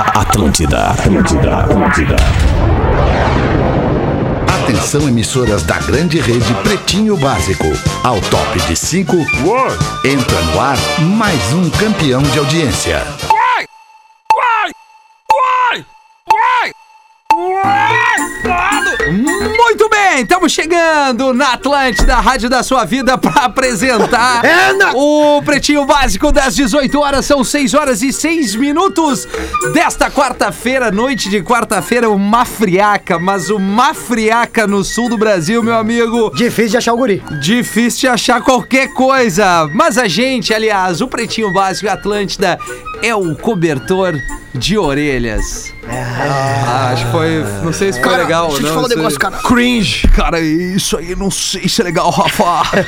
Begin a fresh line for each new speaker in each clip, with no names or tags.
Atlântida, Atlântida, Atlântida.
Atenção emissoras da grande rede Pretinho Básico. Ao top de 5, entra no ar mais um campeão de audiência.
Muito bem, estamos chegando na Atlântida, a Rádio da Sua Vida, para apresentar o Pretinho Básico das 18 horas, são 6 horas e 6 minutos desta quarta-feira, noite de quarta-feira, uma friaca, mas uma friaca no sul do Brasil, meu amigo.
Difícil de achar o guri.
Difícil de achar qualquer coisa. Mas a gente, aliás, o Pretinho Básico Atlântida é o cobertor de orelhas. Ah, acho que foi. Não sei se foi
Cara,
legal.
deixa eu te
não,
falar um
sei.
negócio, cara.
Cringe. Cara, isso aí não sei se é legal, Rafa.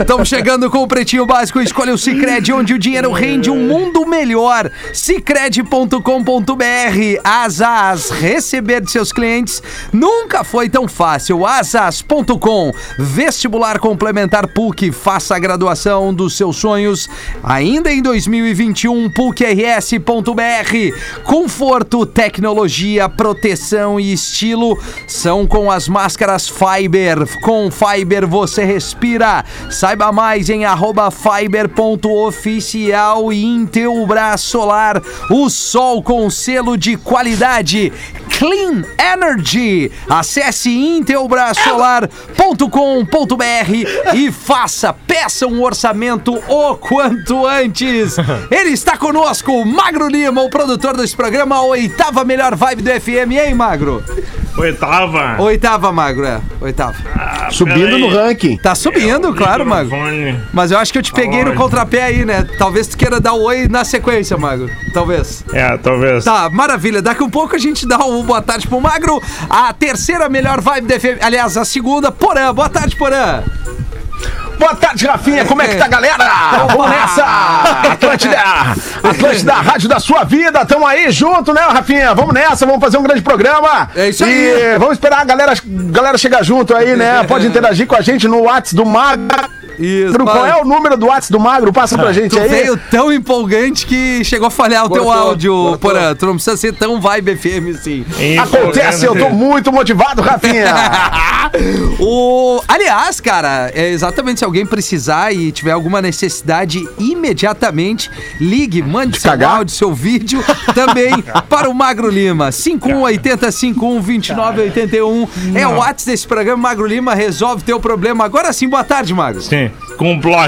Estamos chegando com o Pretinho Básico. Escolha o Cicred, onde o dinheiro rende um mundo melhor. Cicred.com.br. Asas. Receber de seus clientes nunca foi tão fácil. Asas.com. Vestibular complementar PUC. Faça a graduação dos seus sonhos ainda em 2021. PUCRS.br. Conforto, tecnologia, proteção e estilo são com as máscaras Fiber. Com Fiber você respira. Saiba mais em arroba fiber.oficial e Intelbras Solar. O sol com selo de qualidade. Clean Energy. Acesse intelbrasolar.com.br e faça, peça um orçamento o quanto antes. Ele está conosco, Magro Lima, o produtor desse programa, a oitava melhor vibe do FM, hein, Magro?
Oitava.
Oitava, Magro, é. Oitava.
Subindo no ranking.
Tá subindo, claro, Magro.
Microfone.
Mas eu acho que eu te peguei no
Aonde?
contrapé aí, né? Talvez tu queira dar o oi na sequência, Magro. Talvez.
É, talvez.
Tá, maravilha. Daqui a pouco a gente dá o boa tarde pro Magro. A terceira melhor vibe da FM. Aliás, a segunda, Porã. Boa tarde, Porã.
Boa tarde, Rafinha. Como é que tá, galera? Vamos nessa! Atlântida! Atlântida, a rádio da sua vida. Tamo aí junto, né, Rafinha? Vamos nessa, vamos fazer um grande programa.
É isso aí.
E vamos esperar a galera, galera chegar junto aí, né? Pode interagir com a gente no WhatsApp do Magro.
Isso.
Qual
Magro.
é o número do WhatsApp do Magro? Passa pra gente
Tu
aí.
veio tão empolgante que chegou a falhar o teu
Cortou,
áudio,
cortou.
Porã. Tu não precisa ser tão vibe FM assim.
Acontece, eu tô muito motivado, Rafinha.
O... Aliás, cara, é exatamente se alguém precisar e tiver alguma necessidade, imediatamente ligue, mande seu
cagar?
áudio, seu vídeo também para o Magro Lima. 5180 512981 é o WhatsApp desse programa. Magro Lima resolve teu problema. Agora sim, boa tarde, Magro.
Sim, com o bloco.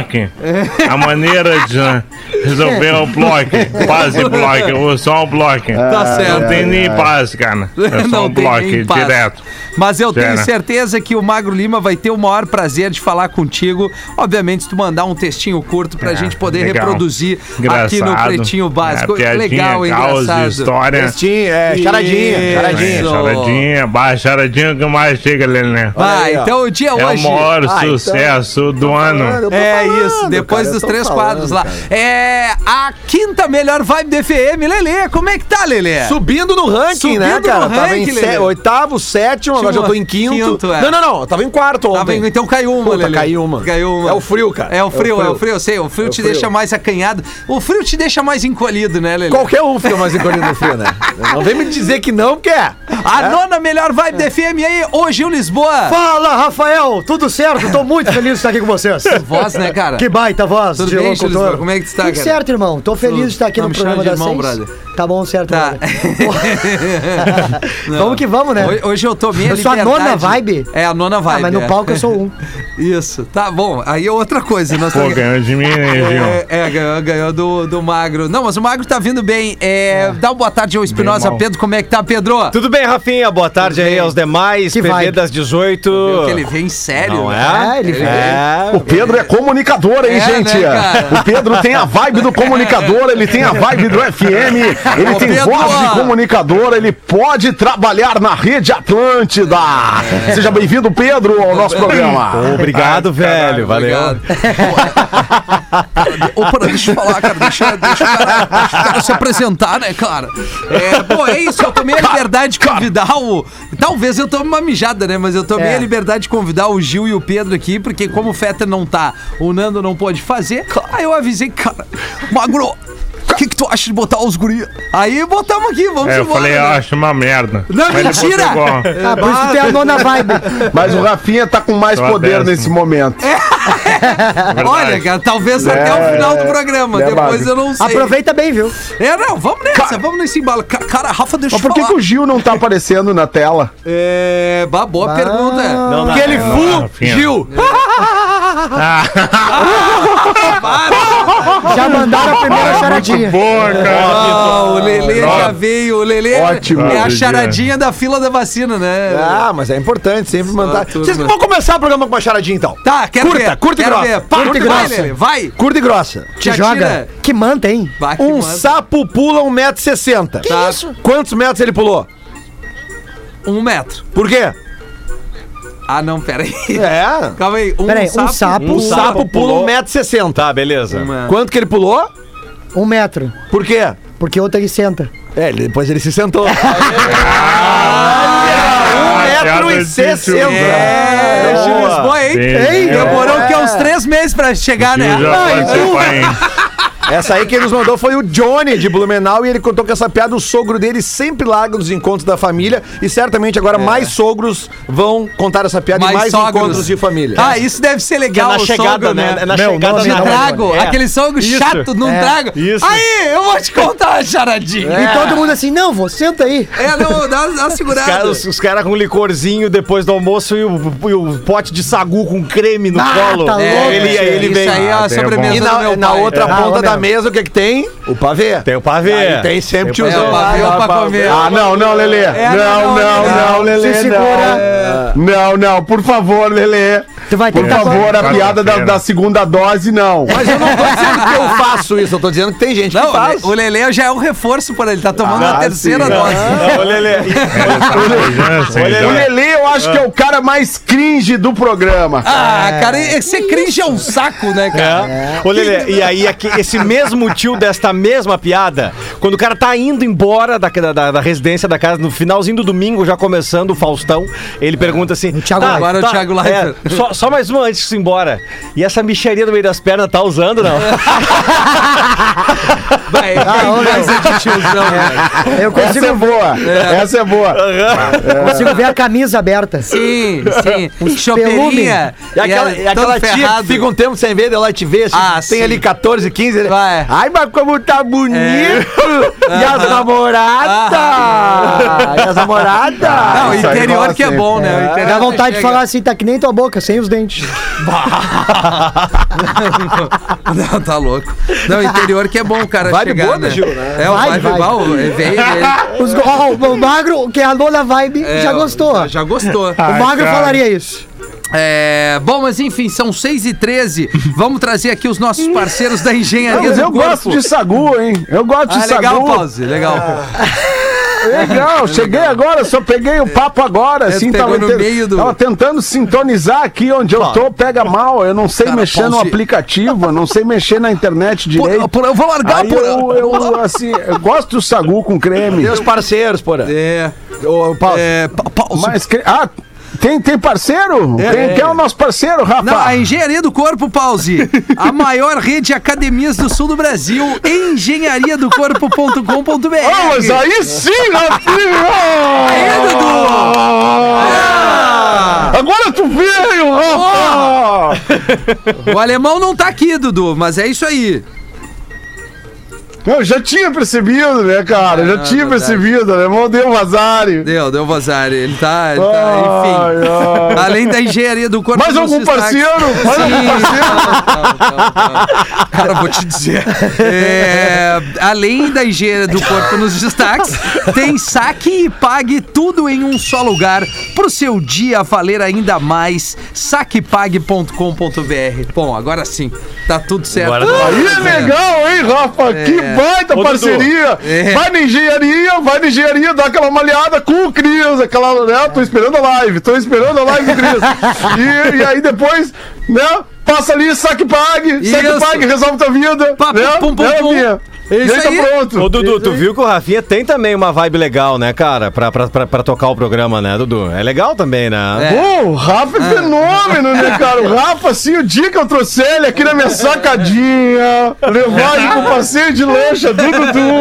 A maneira de né, resolver o bloco. Passe bloco, ou só o bloco.
Tá certo.
Não tem nem passe, cara. É só o bloco,
nem passo.
direto.
Mas eu tenho
Será?
certeza que o Magro Lima vai ter o maior prazer de falar contigo. Obviamente, se tu mandar um textinho curto pra
É,
gente poder
legal.
reproduzir aqui no
Engraçado.
Pretinho Básico.
É, piadinha,
legal,
causa,
engraçado. tipo
história.
Sim, é, charadinha,
É,
charadinha.
charadinha, baixa charadinha que mais chega, Lelê.
Vai,
aí, ó.
então o dia
É o
hoje.
maior
então-
sucesso do ano.
É isso, depois dos três quadros lá. É a quinta melhor vibe do FM, Lelê. Como é que tá, Lelê?
Subindo no ranking,
Subindo
né,
no
cara? tava
ranking,
em sé-
Lelê.
oitavo, sétimo, agora já tô em quinto.
Quinto, é.
Não, não, não. eu Tava em quarto
Tá
ontem.
bem, então caiu uma,
Puta,
Lelê.
caiu uma.
Caiu uma.
É o frio, cara.
É o frio, é o frio,
frio.
eu sei. O frio
É o
te
frio.
deixa mais acanhado. O frio te deixa mais encolhido, né, Lelê?
Qualquer um fica mais encolhido no frio, né? Não vem me dizer que não, porque é.
A nona melhor vibe da FM aí, ô Gil Lisboa.
Fala, Rafael! Tudo certo? Tô muito feliz de estar aqui com vocês.
Voz, né, cara?
Que baita voz
Tudo
de
bem,
locutor.
Gil Lisboa? Como é que tu tá,
Tudo
cara?
certo, irmão. Tô feliz de estar aqui
Não,
no
me chama
programa
de
das
irmão,
seis.
brother.
Tá bom, certo,
Tá.
brother.
Não.
Vamos que vamos, né?
Ho- Hoje eu tomei a
Eu sou a
liberdade-
nona vibe?
É, a nona
Ah,
vibe.
mas no
é.
palco eu sou um.
Isso, tá bom. Aí é outra coisa. Nós
Pô,
tá-
ganhou de mim, né, Gil?
É, é, ganhou, ganhou do, do Magro. Não, mas o Magro tá vindo bem. É, Dá uma boa tarde ao Espinosa.
mal.
Pedro, como é que tá, Pedro?
Tudo bem, Rafinha? Boa tarde aí aos demais.
Que
PV
vibe.
das 18.
Que ele vem sério,
Não
né?
Ah,
é?
ele veio.
É.
O Pedro é comunicador, hein,
É,
gente?
né, cara?
o Pedro tem a vibe do comunicador, ele tem a vibe do FM, ele
Ô,
tem
Pedro!
voz de comunicador, ele pode trabalhar na Rede Atlântida.
É.
Seja bem-vindo, Pedro, ao nosso programa.
Obrigado, velho. Valeu.
Obrigado. Ô, Ô, Tá pô, é- deixa eu falar, cara. Deixa, deixa, o cara, deixa o cara se apresentar, né, cara? É, pô, é isso. Eu tomei a liberdade de convidar o. Talvez eu tome uma mijada, né? Mas eu tomei
É.
a liberdade de convidar o Gil e o Pedro aqui, porque como o Feta não tá, o Nando não pode fazer. Aí eu avisei, cara, Magro. O que, que tu acha de botar os guri? Aí botamos aqui, vamos
É, eu
embora.
falei,
né?
eu acho uma merda.
Não,
ele botou
mentira!
igual.
Ah, por isso que tem a nona vibe.
Mas o Rafinha tá com mais
Só
poder
décimo.
nesse momento.
é verdade.
Olha, cara, talvez até o final do programa.
é,
Depois
Babi.
eu não sei.
Aproveita bem, viu?
É, não, vamos nessa, vamos nesse embalo. Ca- Cara, Rafa, deixa eu
Mas por que,
falar.
que o Gil não tá aparecendo na tela?
É, bah, boa pergunta.
Não dá,
Porque ele
não
fu-
Ah, Rafinha.
Gil,
Já mandaram a primeira charadinha.
Boa, cara.
ah, o Lelê
Ó.
já veio. O Lelê
Ótimo.
é a
Ótimo.
charadinha da fila da vacina, né?
Ah, mas é importante sempre mandar.
tudo,
Vocês
né?
vão começar o programa com uma charadinha então.
Tá, quero
Curta,
ver.
curta e
quero
grossa.
ver. Pá,
Curta e
vai,
grossa.
Lelê, vai.
Curta e grossa.
Te
Joga. Que manta, hein?
Vai, que
Um
manda.
sapo pula 1,60m.
Tá.
Quantos metros ele pulou?
Um metro.
Por quê?
Ah, não, peraí.
É.
Calma aí. Um
Peraí, um
sapo.
sapo.
Um sapo pula
pulou.
1,60m.
Tá, beleza.
Uma-
Quanto que ele pulou?
Um metro.
Por quê?
Porque outro ele senta.
É, ele- depois ele se sentou.
Ah,
piada
1,60m.
difícil.
É,
um
Gil Lisboa, hein?
Ei,
né?
Demorou que uns
É.
três meses pra chegar, né?
Gil já participar, hein?
Essa aí quem nos mandou foi o Johnny de Blumenau e ele contou que essa piada o sogro dele sempre larga nos encontros da família e certamente agora mais sogros vão contar essa piada em mais
sogros.
encontros de família.
Ah, isso deve ser
Que é
legal,
na
o
chegada,
sogro,
né? É na
Meu,
chegada
não,
De
não,
trago,
É.
aquele sogro
Isso.
chato, não
É.
trago.
Isso.
Aí, eu vou te contar uma charadinha.
E todo mundo assim, não, vô, senta aí.
É, não, dá, dá uma
Os
segurada.
caras os cara com um licorzinho depois do almoço e o, e o pote de sagu com creme no
Ah,
colo.
tá
É,
louco,
ele,
isso
aí ele
isso
vem.
aí é
Ah,
a
tem
sobremesa
bom.
E
do
na,
meu
na
pai.
outra
Ah,
ponta
ô,
da
meu.
mesa, o que é que tem? O pavê.
Tem o pavê.
Aí tem sempre
Tem o
tiozão.
É, o
lá,
pavê, o
lá,
pra
lá,
comer.
lá.
Ah, não, não, Lelê.
É,
não, não, não, Lelê.
Se
não.
segura.
Não, não, por favor, Lelê.
Tu vai
Por
Tá
tentar-
favor, a piada da,
Quarta-feira.
da segunda dose, não.
Mas eu não tô dizendo que eu faço isso, eu tô dizendo que tem gente que
Não,
faz.
o Lelê já é um reforço para ele, tá tomando a terceira
sim.
dose.
Não, olha ele.
Olha
O Lelê, eu acho que é o cara mais cringe do programa.
Ah, cara, e- ser cringe é um saco, né, cara?
É. Ô, Lelê, e aí aqui, esse mesmo tio desta mesma piada, quando o cara tá indo embora da, da, da residência da casa, no finalzinho do domingo, já começando o Faustão, ele pergunta assim... O
Thiago Leifert.
Agora o Thiago Leifert."
só, só mais uma antes de ir embora. E essa micharia no meio das pernas tá usando, não?
Vai,
ô,
vai ser de tiozão, velho.
Eu
Essa é
consigo,
boa. Essa é boa.
consigo ver a camisa aberta.
Sim, sim. Chopeirinha. é
E aquela, e aquela tia que fica um tempo sem ver, ela te vê, se
Ah,
tem
sim.
ali 14, 15. ele-
Vai. É.
Ai, mas como tá bonito! E as namoradas!
Ah.
E as namoradas!
Não, o
isso aí
interior
rola
que é
sempre.
bom, né? O interior
Dá
que
vontade de
chega.
falar assim, tá que nem tua boca, sem os dentes.
Não, tá louco. Não, interior que é bom o cara
Vibe
chegar,
boa,
né?
né, Gil, né?
É, o
Vibe,
vibe,
vibe.
bom, é, veio, veio.
Os, go- ó, o magro, que é a nona vibe,
É,
já gostou.
Já gostou.
Ah.
O magro
cara.
falaria isso.
É, bom, mas enfim, são 6 e 13 Vamos trazer aqui os nossos parceiros da
Não,
engenharia
mas
do
eu
corpo.
gosto de sagu, hein? Eu gosto de
ah,
sagu. É
legal, pause,
Ah,
legal.
Legal, cheguei agora, só peguei o papo agora, assim,
É, pegou
tava,
no
te-
meio do-
tava tentando sintonizar aqui onde eu tô, pega mal, eu não sei
Cara,
mexer no
Pause-
aplicativo, eu não sei mexer na internet direito.
Por- por- eu vou largar
Aí
por.
eu, eu, assim, eu gosto do sagu com creme,
Meus parceiros, porra.
É,
Ô, Paulo,
é, pa- pause.
mas... cre- Ah, tem, tem parceiro? tem, quem é o nosso parceiro, Rafa?
Não, a Engenharia do Corpo, pause. A maior rede de academias do sul do Brasil, engenhariadocorpo.com.br.
Ah, mas aí sim, Rafinha!
Aí, Dudu!
Agora tu veio, Rafa!
O alemão não tá aqui, Dudu, mas é isso aí.
Eu já tinha percebido, né, cara? Eu já
não,
tinha
É, verdade.
percebido, né? Meu Deus, Vazário.
Deu, deu vazar. Ele tá, ele tá enfim.
Ai, ai.
Além da engenharia do corpo.
Mais
dos
algum
destaques.
parceiro? Mais algum
parceiro? Cara, vou te dizer. É, além da engenharia do corpo nos destaques, tem saque e pague tudo em um só lugar pro seu dia valer ainda mais. Saquepague.com.br. Bom, agora sim, tá tudo certo.
Agora
Aí é legal, hein, Rafa? Que baita
Ô,
parceria!
É.
Vai na engenharia, vai na engenharia, dá aquela malhada com o Cris, aquela, né? Tô esperando a live, tô esperando a live do Cris. E, e aí depois, né? Passa ali, saque pague, saque
Isso.
pague, resolve tua vida.
Papo,
né?
pum, pum,
Né,
pum.
Bia?
Isso
Ele tá
aí.
pronto.
Ô, Dudu, tu viu que o Rafinha tem também uma vibe legal, né, cara? Pra, pra, pra, pra tocar o programa, né, Dudu? É legal também, né?
Pô, o Rafa
Ah.
é fenômeno, né, cara? O Rafa, assim, o dia que eu trouxe ele aqui na minha sacadinha, levagem com passeio de lancha, do Dudu.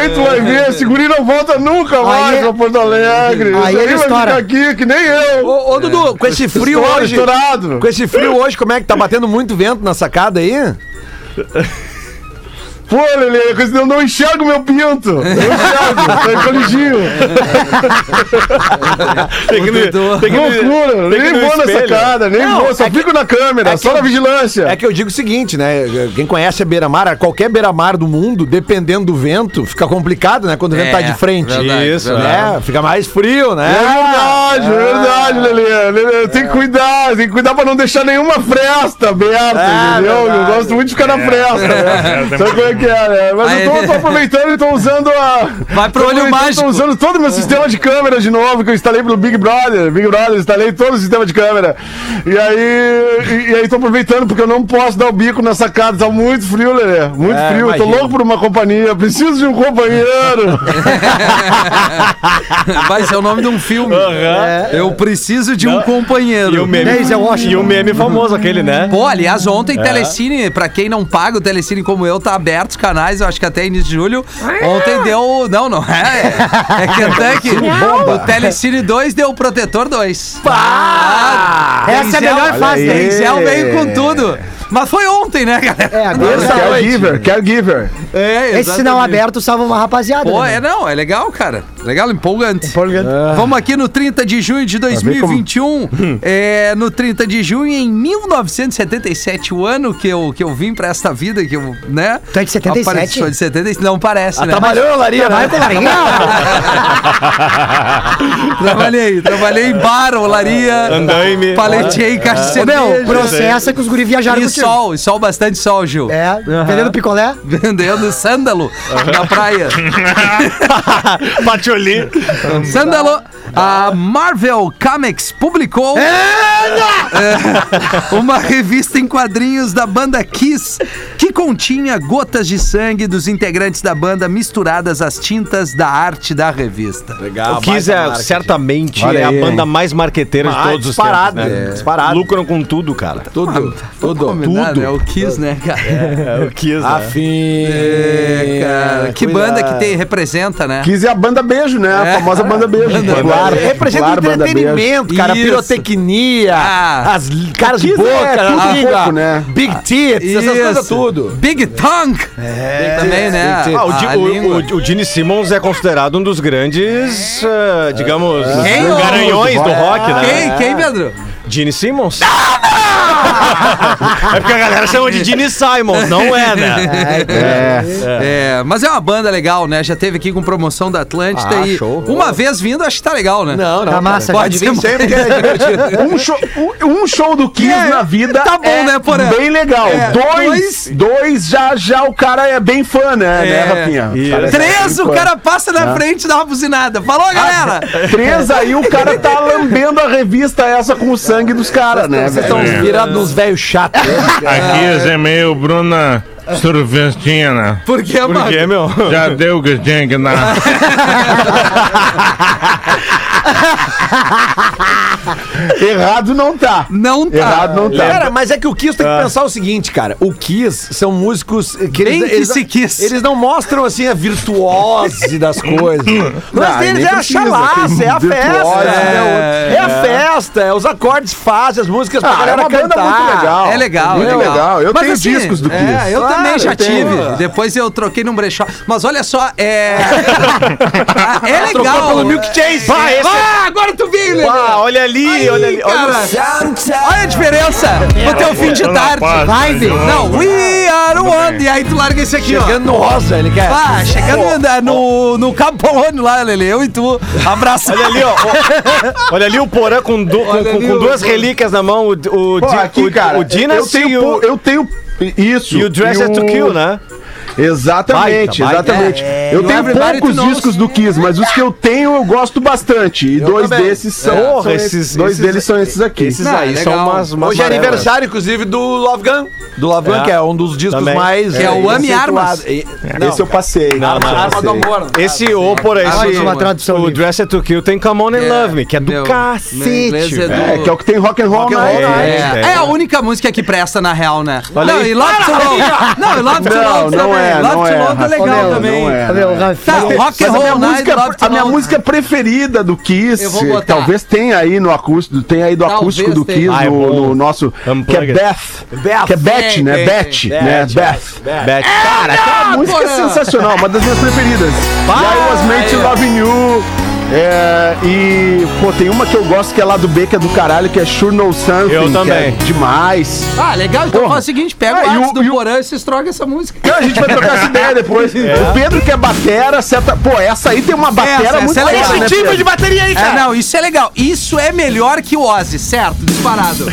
Aí tu vai ver, esse guri não volta nunca mais
Aí-
pra Porto Alegre.
Aí
Esse
ele
guri vai
estoura.
ficar aqui, que nem eu.
Ô, ô, Dudu, com esse frio
Estoura,
hoje.
É. estourado.
Com esse frio hoje, como é que tá batendo muito vento na sacada aí?
Pô, Lelê, é coisa- eu não enxergo meu pinto. Eu enxergo, tá colidinho.
Tem que me-
Dudu.
tem que me-
Loucura,
tem que
nem
ir no
vou na
espelho.
sacada, nem vou, só fico na câmera, Tá só na vigilância.
É que eu digo o seguinte, né? Quem conhece a beira-mar, qualquer beira-mar do mundo, dependendo do vento, fica complicado, né? Quando o vento tá
É,
de frente.
É, verdade,
Isso,
verdade.
né? Fica mais frio, né?
É verdade, é verdade, Lelê. Lelê, Tem que cuidar, tem que cuidar pra não deixar nenhuma fresta aberta,
É
entendeu? Eu
verdade.
gosto muito de ficar na fresta, né?
É,
Sabe como é que é, né? Mas
É. Aí-
eu tô, tô aproveitando e tô usando a.
Vai pro
tô
olho
aproveitando,
mágico.
Tô usando todo o
É.
meu sistema de câmera de novo, que eu instalei pelo Big Brother. Big Brother, instalei todo o sistema de câmera. E aí, e, e aí tô aproveitando, porque eu não posso dar o bico nessa casa. Tá muito frio, Lelê. Muito
É,
frio. Tô
imagino.
louco por uma companhia. Preciso de um companheiro.
Vai ser o nome de um filme. Eu preciso de um
E o
companheiro. é
meme,
Denzel Washington.
e o meme famoso aquele, né?
Pô, aliás, ontem Telecine, pra quem não paga o Telecine como eu, tá aberto os canais, eu acho que até início de julho. Ontem deu. Não, não, é. É Kentucky. O Telecine 2 deu o Protetor 2. Ah,
Essa é a melhor fase,
né?
Denzel veio com tudo. Mas foi ontem, né, galera?
É, agora
Esse
tá.
caregiver, caregiver.
É,
Esse sinal
exatamente.
aberto salva uma rapaziada.
Pô,
né,
é
mano?
não, é legal, cara. Legal, empolgante.
Empolgante.
Vamos aqui no 30 de junho de 2021.
Hum.
É, no 30 de junho, em 1977, o ano que eu, que eu vim pra esta vida, que eu, né?
Tu é de 77?
Apareci- sou de 77, não parece,
Ah,
né?
Trabalhou na olaria, né?
Vai com a
Trabalhei, trabalhei em bar, olaria,
Andaime.
paleteei, caixa de
Ah. Meu,
cerveja.
processa que os guri viajaram
E
contigo.
sol, e sol, bastante sol, Gil.
É, vendendo picolé.
Vendendo sândalo na praia.
Patioli.
Sândalo, a Marvel Comics publicou É, uma revista em quadrinhos da banda Kiss que continha gotas de sangue dos integrantes da banda misturadas às tintas da arte da revista. Ah,
Legal,
O Kiss
baita
é,
marketing.
certamente
Olha
é
aí,
a banda
hein?
mais marqueteira de
Ah,
todos os
disparado,
tempos, né?
é. Disparado.
Lucram com tudo, cara.
Tudo, tudo.
Tudo. tá É o Kiss, né, cara?
É o Kiss,
né? Afim.
É, cara. Que
Cuidado.
banda que tem, representa, né?
Quis é a banda beijo, né? A
É.
famosa banda beijo.
Claro,
Popular,
representa
popular banda beijo.
entretenimento, cara,
Isso.
pirotecnia,
Ah.
as li- caras de
Kiss
boca,
é tudo
a
um
língua,
pouco, né?
Big Tits, essas coisas
Isso.
tudo.
Big Tongue! É, também, né?
Ah, o, Di-
A
o-
língua.
o- o Gene Simmons é considerado um dos grandes, eh, digamos,
Quem?
garanhões do
É.
rock, né?
Quem, quem, Pedro?
Gene Simmons? é porque a galera chama de Gene Simons, não é, né?
É, mas é uma banda legal, né? Já teve aqui com promoção da Atlântida
Ah,
e
show.
uma vez vindo, acho que tá legal, né?
Não, não.
Tá massa,
Pode
Pode
vir
ser
sempre que é divertido.
Um show, um um show do Kiss
É,
na vida
tá bom,
é
né, Porã?
bem legal.
É,
dois, dois já, já o cara é bem fã, né,
É.
né Rafinha?
Isso.
Cara,
Três,
bem
o
fã.
cara passa
É.
na frente e dá uma buzinada. Falou, galera!
Três aí o cara tá lambendo a revista essa com o sangue dos caras, né?
Vocês
velho?
estão virados uns velhos chatos.
Aqui é meio Bruna Survestina.
Porque é uma...
Por quê, meu?
Já deu o que tinha que dar.
Errado não tá.
Não tá.
Errado não tá.
Cara, mas é que o Kiss tem que
Ah.
pensar o seguinte, cara. O Kiss são músicos eh, que
Bem
eles,
que
eles,
se quis.
eles não mostram assim a virtuose das coisas. Mas
Não,
deles
nem
é a
precisa,
chalaça,
tem
é a festa.
virtuose,
É, é a festa, é os acordes fáceis, as músicas pra
Ah,
galera
é uma banda
cantar.
muito legal.
É legal,
Muito
é legal.
legal. Eu
Mas
tenho
assim,
discos do Kiss.
É, eu
Claro,
também já
eu tenho.
tive. Depois eu troquei num brechó. Mas olha só, é. Ah, é
Trocou
legal.
pelo Milk Chase.
Vai, esse-
Ah, agora tu veio, Lelê.
Ah, olha ali, olha ali. Olha
Cara, olha a diferença no teu fim de tarde.
Vibe.
Não, we are one. E aí tu larga esse aqui, ó.
Chegando no rosa, ele quer.
Ah, chegando na- no, no Campo Polônio lá, Lele, eu e tu. Abraço.
Olha ali, ó. ó. Olha ali o Porã com, du- com- com-
ali
com
o-
duas relíquias na mão. O, o,
Pô,
Di-
aqui,
o,
cara,
o Dynasty
eu
e
tenho,
o,
pou- eu tenho isso.
e o Dress
e
to
o-
Kill, né?
Exatamente,
Baita, baita.
exatamente.
É,
eu
no
tenho
Everybody
poucos
Knows.
discos do Kiss, mas os que eu tenho eu gosto bastante. E dois
também.
desses são,
Porra,
são
esses-
esses- dois
esses-
deles são esses aqui.
Esses
Não,
aí são
legal.
umas, umas
Hoje é
amarelas.
aniversário, inclusive, do Love Gun. Do Love Gun,
É.
que é um dos discos
Também.
mais.
Que é o Ame Armas.
E-
Esse eu passei.
Arma,
esse eu
arma do
passei.
amor.
Esse, ou por aí,
Ah,
esse-
uma tradução
o
livre.
Dressed to Kill tem Come On and Love Me, que é do
meu- meu inglês
cacete.
é
velho.
do-
É, que é o que tem rock and roll,
Rock and roll,
night.
né?
É,
É,
é a única música que presta, na real, né?
Olha
não,
aí.
e Love to Love. Não, e Love to
Não,
Love
não
também.
é,
Love
não
to
é.
Love é legal
Rafael,
também.
não é.
Olha, o Rafinha.
Tá, o Rock
Mas
and
a minha,
Roll Night,
música, é
Love to
a minha
Love.
música preferida do Kiss,
Eu vou botar.
talvez tenha aí no acústico, tem aí do
Talvez
acústico do
tenha.
Kiss,
Ah, é
no,
bom.
no nosso, que é
Unplugged.
Beth, que é Beth, né,
Tem,
Beth, né, Beth.
Beth.
Cara, aquela música é
porra!
sensacional, uma das minhas preferidas. Yeah, I was made to love you. É, e, pô, tem uma que eu gosto que é lá do B, que é do caralho, que é Sure No Something.
Eu
que é
também.
demais.
Ah, legal. Então
Porra.
faz o seguinte, pega
Ah, e
o
o-
Atos
e
do
o-
Porã e se estroga essa música.
Então a gente vai trocar essa ideia depois. O Pedro que é batera, seta... pô, essa aí tem uma batera
Essa-
muito
essa é legal,
foda,
né,
Pedro?
bateria aí,
É, não, isso é legal. Isso é melhor que o Ozzy, certo? Disparado.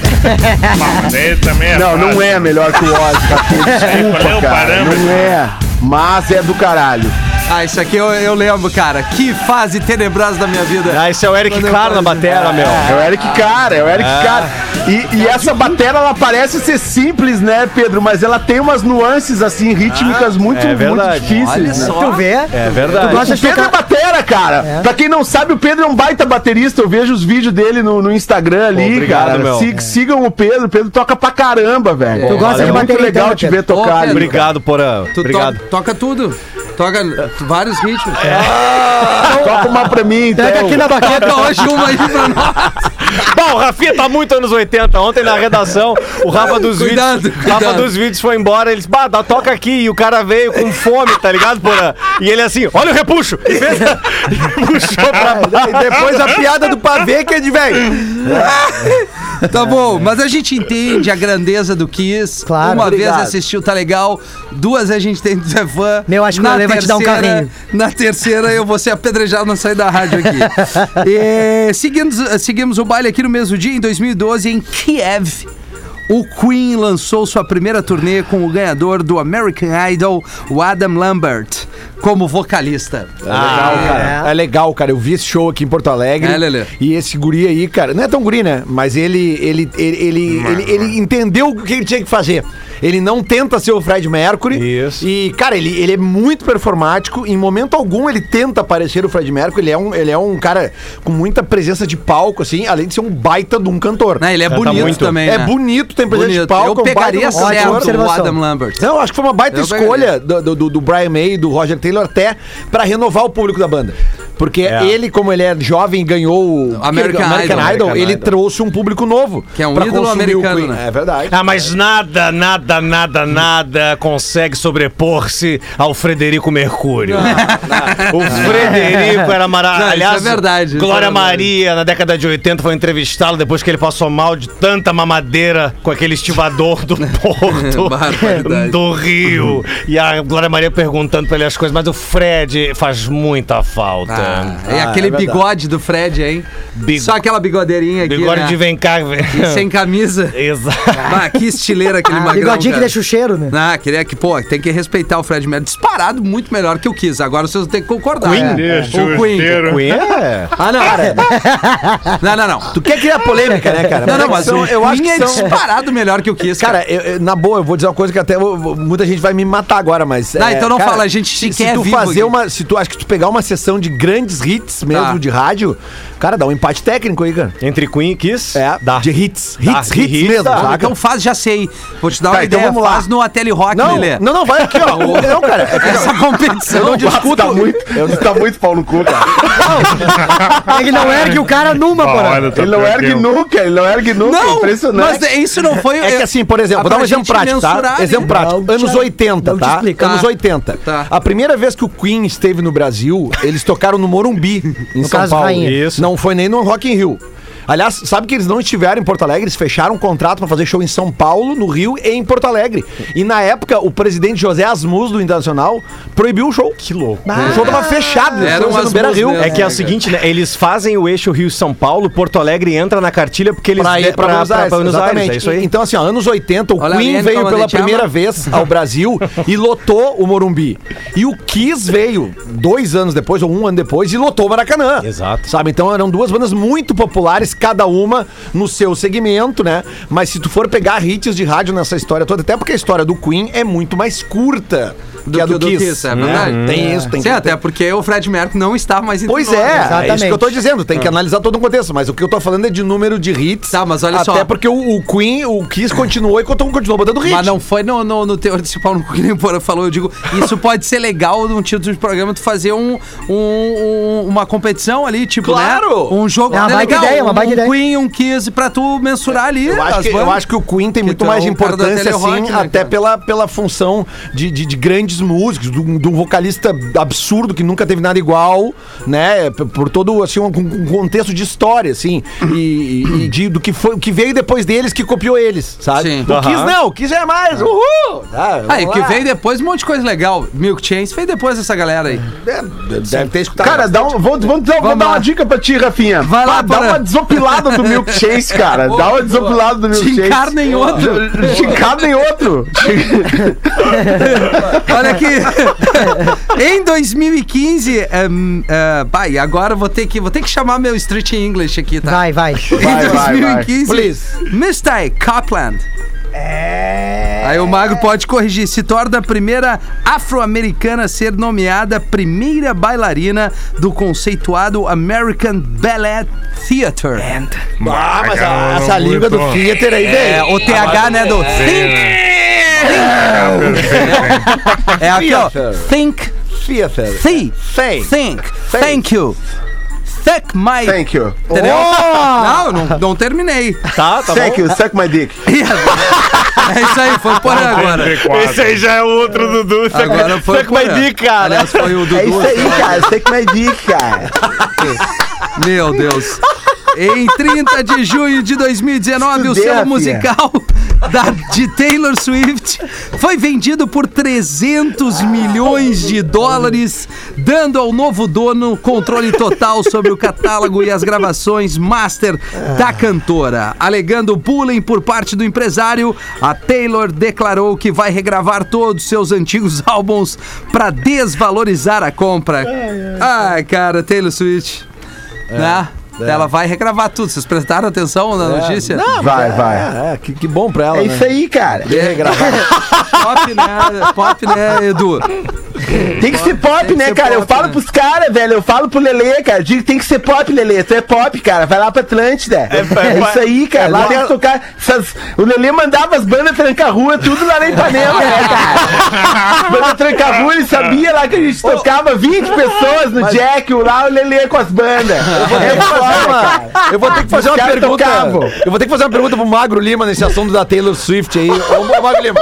Ele também é
Não, não
fácil.
é melhor que o Ozzy, Capu,
Qual é
desculpa,
o
cara.
parâmetro?
Não é. Mas é do caralho.
Ah, isso aqui eu, eu lembro, cara. Que fase tenebrosa da minha vida.
Ah, esse é o Eric
Quando eu
Claro na
falo de-
batera, meu.
É o Eric Cara, é o Eric Cara. E, e essa batera, ela parece ser simples, né, Pedro? Mas ela tem umas nuances, assim, rítmicas muito,
é
muito
verdade.
difíceis. né?
Tu vê?
É verdade.
Tu gosta
O
de
Pedro é
tocar...
batera, cara. Pra quem não sabe, o Pedro é um baita baterista. Eu vejo os vídeos dele no, no Instagram ali,
Obrigado,
cara.
meu.
Si- Sigam o Pedro. O Pedro toca pra caramba, velho.
Tu gosta
é
de
muito
bateria,
legal
então,
te
Pedro?
ver tocar
Pedro.
ali.
Obrigado, Porã.
Tu to-
Obrigado.
toca tudo. Toca vários ritmos.
Toca uma pra mim, então.
Pega aqui na baqueta.
Toca hoje uma aí pra nós.
Bom, o Rafinha tá muito anos 80. Ontem na redação, o Rafa dos
Cuidado,
Vídeos.
cuidado.
Rafa dos Vídeos foi embora. Eles, bah, dá toca aqui. E o cara veio com fome, tá ligado, Porã? E ele assim, olha o repuxo. E fez- e puxou pra baixo.
É, E depois a piada do pavê que é de velho.
Tá bom, mas a gente entende a grandeza do Kiss.
Claro,
Uma
obrigado.
vez assistiu, tá legal. Duas a gente tem tu é fã.
Meu, acho que
Na
o Ale vai te dar um
terceira-
carrinho.
Na terceira eu vou ser apedrejado na saída da rádio aqui. É, seguimos, seguimos o baile aqui no mesmo dia, em 2012, em Kiev. O Queen lançou sua primeira turnê com o ganhador do American Idol, o Adam Lambert, como vocalista.
legal, cara. É legal, cara. Eu vi esse show aqui em Porto Alegre.
Ah, É, Lelê.
E esse guri aí, cara, não é tão guri, né? Mas ele, ele, ele, ele, ele, ele entendeu o que ele tinha que fazer. Ele não tenta ser o Fred Mercury.
Isso.
E, cara, ele, ele é muito performático. Em momento algum ele tenta parecer o Fred Mercury. Ele é um, ele é um cara com muita presença de palco, assim, além de ser um baita de um cantor.
Né, ele é
Canta
bonito
muito.
também.
É
né?
bonito, tem presença de
Bonito.
palco. é um
Eu
baita de
pegaria
um cantor.
ótima
certo o
observação.
Adam Lambert.
Não, acho que foi uma baita
Eu
escolha do, do, do Brian May, do Roger Taylor, até pra renovar o público da banda. Porque
É.
ele, como ele é jovem, ganhou o
American Idol.
ele
American Idol.
trouxe um público novo.
Que é um
pra
ídolo
consumir
americano,
o Queen.
né?
É verdade.
Ah, mas nada, nada, nada, nada consegue sobrepor-se ao Frederico Mercúrio. O Frederico era
Não,
maravilhoso.
isso é verdade, isso é
Glória
verdade.
Maria, na década de 80, foi entrevistá-lo depois que ele passou mal de tanta mamadeira com aquele estivador do Porto,
Barbaridade.
do Rio. E a Glória Maria perguntando pra ele as coisas, mas o Fred faz muita
Ah,
falta.
é aquele
é verdade.
bigode do Fred, hein?
Bigo-
Só aquela bigodeirinha aqui.
Bigode
né?
de vem cá.
Sem camisa.
Exato.
Ah, que estileira aquele magrão.
Bigodinho que
cara.
deixa o cheiro, né?
Ah, queria que, pô, tem que respeitar o Fred Mercury. Disparado, muito melhor que o Kiss. Agora vocês vão ter que concordar.
Queen,
né?
É, deixa o
O Queen.
esteiro.
É.
Ah, não. Não, não, não.
Tu quer criar polêmica, né, cara?
Não, não,
é que
mas
são-
o
eu acho
Queen
que
é
são...
disparado melhor que o Kiss.
Cara, eu- eu- na boa, eu vou dizer uma coisa que até vou- vou- muita gente vai me matar agora, mas. é,
Não, então não
cara,
fala, a gente te
se, se
quer
tu
vivo
fazer
aqui.
uma. Se tu acho que tu pegar uma sessão de grandes hits mesmo
Tá.
de rádio, cara, dá um empate técnico aí, cara.
Entre Queen e Kiss?
É,
Dá.
de hits. Hits,
Dá,
hits,
de hits,
mesmo.
dá.
saca?
Então faz, já sei. Vou te dar
é Tá,
uma
então
ideia.
vamos lá.
Faz no Ateli Rock,
Não,
Lelê.
não, não, vai aqui, ó. Não, cara. é que
Essa
eu
competição.
não discuto.
Tá muito, eu tá muito pau no cu, cara.
Ele não ergue o cara numa, porra.
Olha, tá
Ele não ergue
tranquilo.
nunca, ele não ergue nunca. é
Não,
impressionante.
mas isso não foi...
É que assim, por exemplo, vou dar um exemplo prático, tá? Exemplo prático.
Não,
Anos
te-
80,
não te
tá?
explicar.
Anos 80.
Tá.
A primeira vez que o Queen esteve no Brasil, eles tocaram no Morumbi, em São
caso,
Paulo.
Rainha.
Isso. Não foi nem no Rock in Rio. Aliás, sabe que eles não estiveram em Porto Alegre, eles fecharam um contrato pra fazer show em São Paulo, no Rio e em Porto Alegre. E na época, o presidente José Asmus do Internacional proibiu o show. Que louco. o show tava fechado,
Era um
show
Asmus
no Beira Rio.
mesmo.
É que é o seguinte, né? Eles fazem o eixo Rio-São Paulo, Porto Alegre entra na cartilha porque eles
Pra ir pra, Buenos Aires. exatamente.
é isso aí.
Então, assim, ó, anos 80, o
Olá,
Queen
Ariane,
veio
como
pela
te chama?
primeira vez ao Brasil e lotou o Morumbi. E o Kiss veio dois anos depois, ou um ano depois, e lotou o Maracanã.
Exato.
Sabe? Então eram duas bandas muito populares, cada uma no seu segmento, né? Mas se tu for pegar hits de rádio nessa história toda, até porque a história do Queen é muito mais curta do que a
que
do,
o do
Kiss.
Kiss, é
né?
verdade.
Tem isso, tem
Sim, até porque o Fred Mercury não estava mais entre
Pois
nós,
é,
né?
é isso que eu tô
Exatamente.
dizendo, tem que analisar todo o contexto, mas o que eu tô falando é de número de hits.
Ah. Tá, mas olha
até
só.
porque o, o Queen, o Kiss continuou e continuou, continuou botando hit.
Mas não foi no, no, no teor desse pau no cu que nem o Porã falou. Eu digo, isso pode ser legal num título de programa, tu fazer um, um- um- uma competição ali, tipo,
Claro!
né? Um jogo.
É uma
né,
baita
legal,
ideia, uma
um,
baita ideia.
Queen, um 15, pra tu mensurar ali.
Eu acho,
as
que, eu
bandas.
acho que o Queen tem
Que
muito
tu é
mais
o cara da
importância,
Telerock,
assim,
né, cara?
até pela, pela função de, de, de grandes músicos, de um, de um vocalista absurdo que nunca teve nada igual, né? P- Por todo, assim, um, um contexto de história, assim, e, e de, do que, foi, que veio depois deles que copiou eles, sabe?
Sim.
O Kiss não, o Kiss é mais, uhul! Tá,
Ah, e
vamos
que
lá.
veio depois um monte de coisa legal. Milk Chains veio depois dessa galera aí.
É, Deve ter escutado.
Cara, dá um, vou, vou- vou
Vamos
dar
lá.
uma dica pra ti, Rafinha.
Vai lá,
Pá, dá
Porã.
uma desopilada do Milk Chase, cara.
Boa,
dá
boa.
uma desopilada do Milk
Te
Chase.
encarna em outro.
Te encarna em outro.
Olha aqui. em 2015, ehm, eh, pai, agora eu vou ter que vou ter que chamar meu street English aqui, tá?
Vai, vai.
Vai,
em
vai, vai.
2015, Mr. Copland. Aí o Magro pode corrigir. Se torna a primeira afro-americana a ser nomeada primeira bailarina do conceituado American Ballet Theater.
Ah, mas a-
Não,
essa
não
língua do
aguentou.
theater aí veio.
É, o TH, né, do Think.
né?
É aqui, ó. Think,
Theater.
think,
Think.
think, thank you. Suck my...
Thank you.
Entendeu? Não, não, não terminei.
Tá, tá
Thank you. Suck my dick.
É isso aí, foi por
Tá
agora.
Esse aí já é outro Dudu.
é um
Agora foi
Suck my
por-
dick, cara.
Aliás, foi o Dudu.
cara. Suck my dick, cara.
Meu Deus. Em 30 de junho de 2019, o
Estudei,
selo
filha.
musical da- de Taylor Swift foi vendido por 300 milhões de dólares, dando ao novo dono controle total sobre o catálogo e as gravações master da cantora. Alegando bullying por parte do empresário, a Taylor declarou que vai regravar todos seus antigos álbuns para desvalorizar a compra. Ai, cara, Taylor Swift né? Ela vai regravar tudo. Vocês prestaram atenção na notícia? É. Não,
Vai, vai.
Ah, que, que bom pra ela,
É
né?
isso aí, cara.
pop, né? Pop, né, Edu?
Tem que ser pop, né, cara? eu falo pros caras, velho. Eu falo pro Lelê, cara. Digo, tem que ser pop, Lelê. Tu é pop, cara. Vai lá pra Atlântida. É, isso aí, cara. lá tem que tocar. essas- O Lelê mandava as bandas tranca-rua, tudo lá na Ipanema, né, cara? Banda tranca-rua, ele sabia lá que a gente tocava 20 pessoas no Jack, o lá o Lelê com as bandas. É foda, cara.
Eu vou ter que fazer uma
Os caras
pergunta.
tocavam.
Eu vou ter que fazer uma pergunta pro Magro Lima nesse assunto da Taylor Swift aí. Ô, Magro Lima,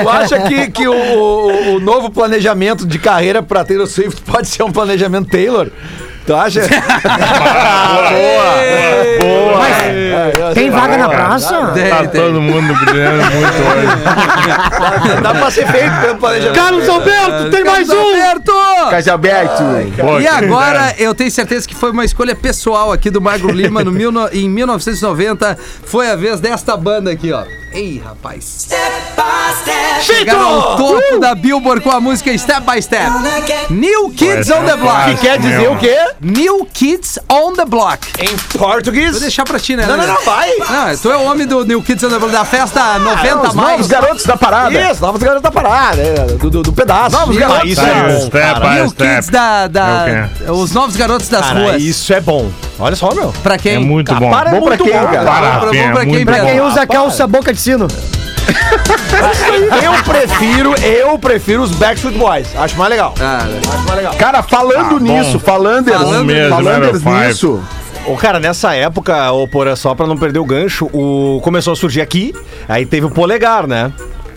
tu acha que, que o, o- o novo planejamento de carreira pra Taylor Swift pode ser um planejamento Taylor? Tu acha?
Boa, boa.
Tem vaga na praça?
Tá
Tem, tem.
todo mundo brilhando muito hoje.
Dá pra ser feito pelo planejamento.
Carlos Alberto, tem mais um!
Alberto!
Caixa é aberto.
Boa,
E
que
agora eu tenho certeza que foi uma escolha pessoal aqui do Magro Lima no mil no- em 1990. Foi a vez desta banda aqui, ó. Ei, rapaz. Chegaram ao topo da Billboard com a música Step by Step. New Kids on the Block.
é?
quer dizer o quê?
New Kids on the Block.
Em português?
Vou deixar pra ti, né?
Não, não, não, vai!
Não, Ah, é, tu é o homem do New Kids on the Block, da festa 90 a
os
mais.
novos garotos da parada. Isso, novos garotos da parada. né? Do, do, do pedaço. Novos
garotos.
isso
Tá,
é bom,
step
cara.
by
New Kids
step. É
da, da-
Eu
Os novos garotos das
Cara,
ruas.
isso é bom. Olha só, meu.
Pra quem?
É muito bom.
Para
Bom pra
muito
quem,
bom.
Para,
cara?
Bom pra-
Rafinha,
bom pra
é
quem,
muito
Pra
bom.
quem usa calça boca de sino.
Eu prefiro, eu prefiro os Backstreet Boys. Acho mais legal.
Cara,
Cara, falando nisso, tá falando,
Falando
Ah, mesmo, né,
falando
era o
nisso. é
Ô, cara, nessa época, ô, Porã, só pra não perder o gancho, o... começou a surgir aqui, aí teve o polegar, né?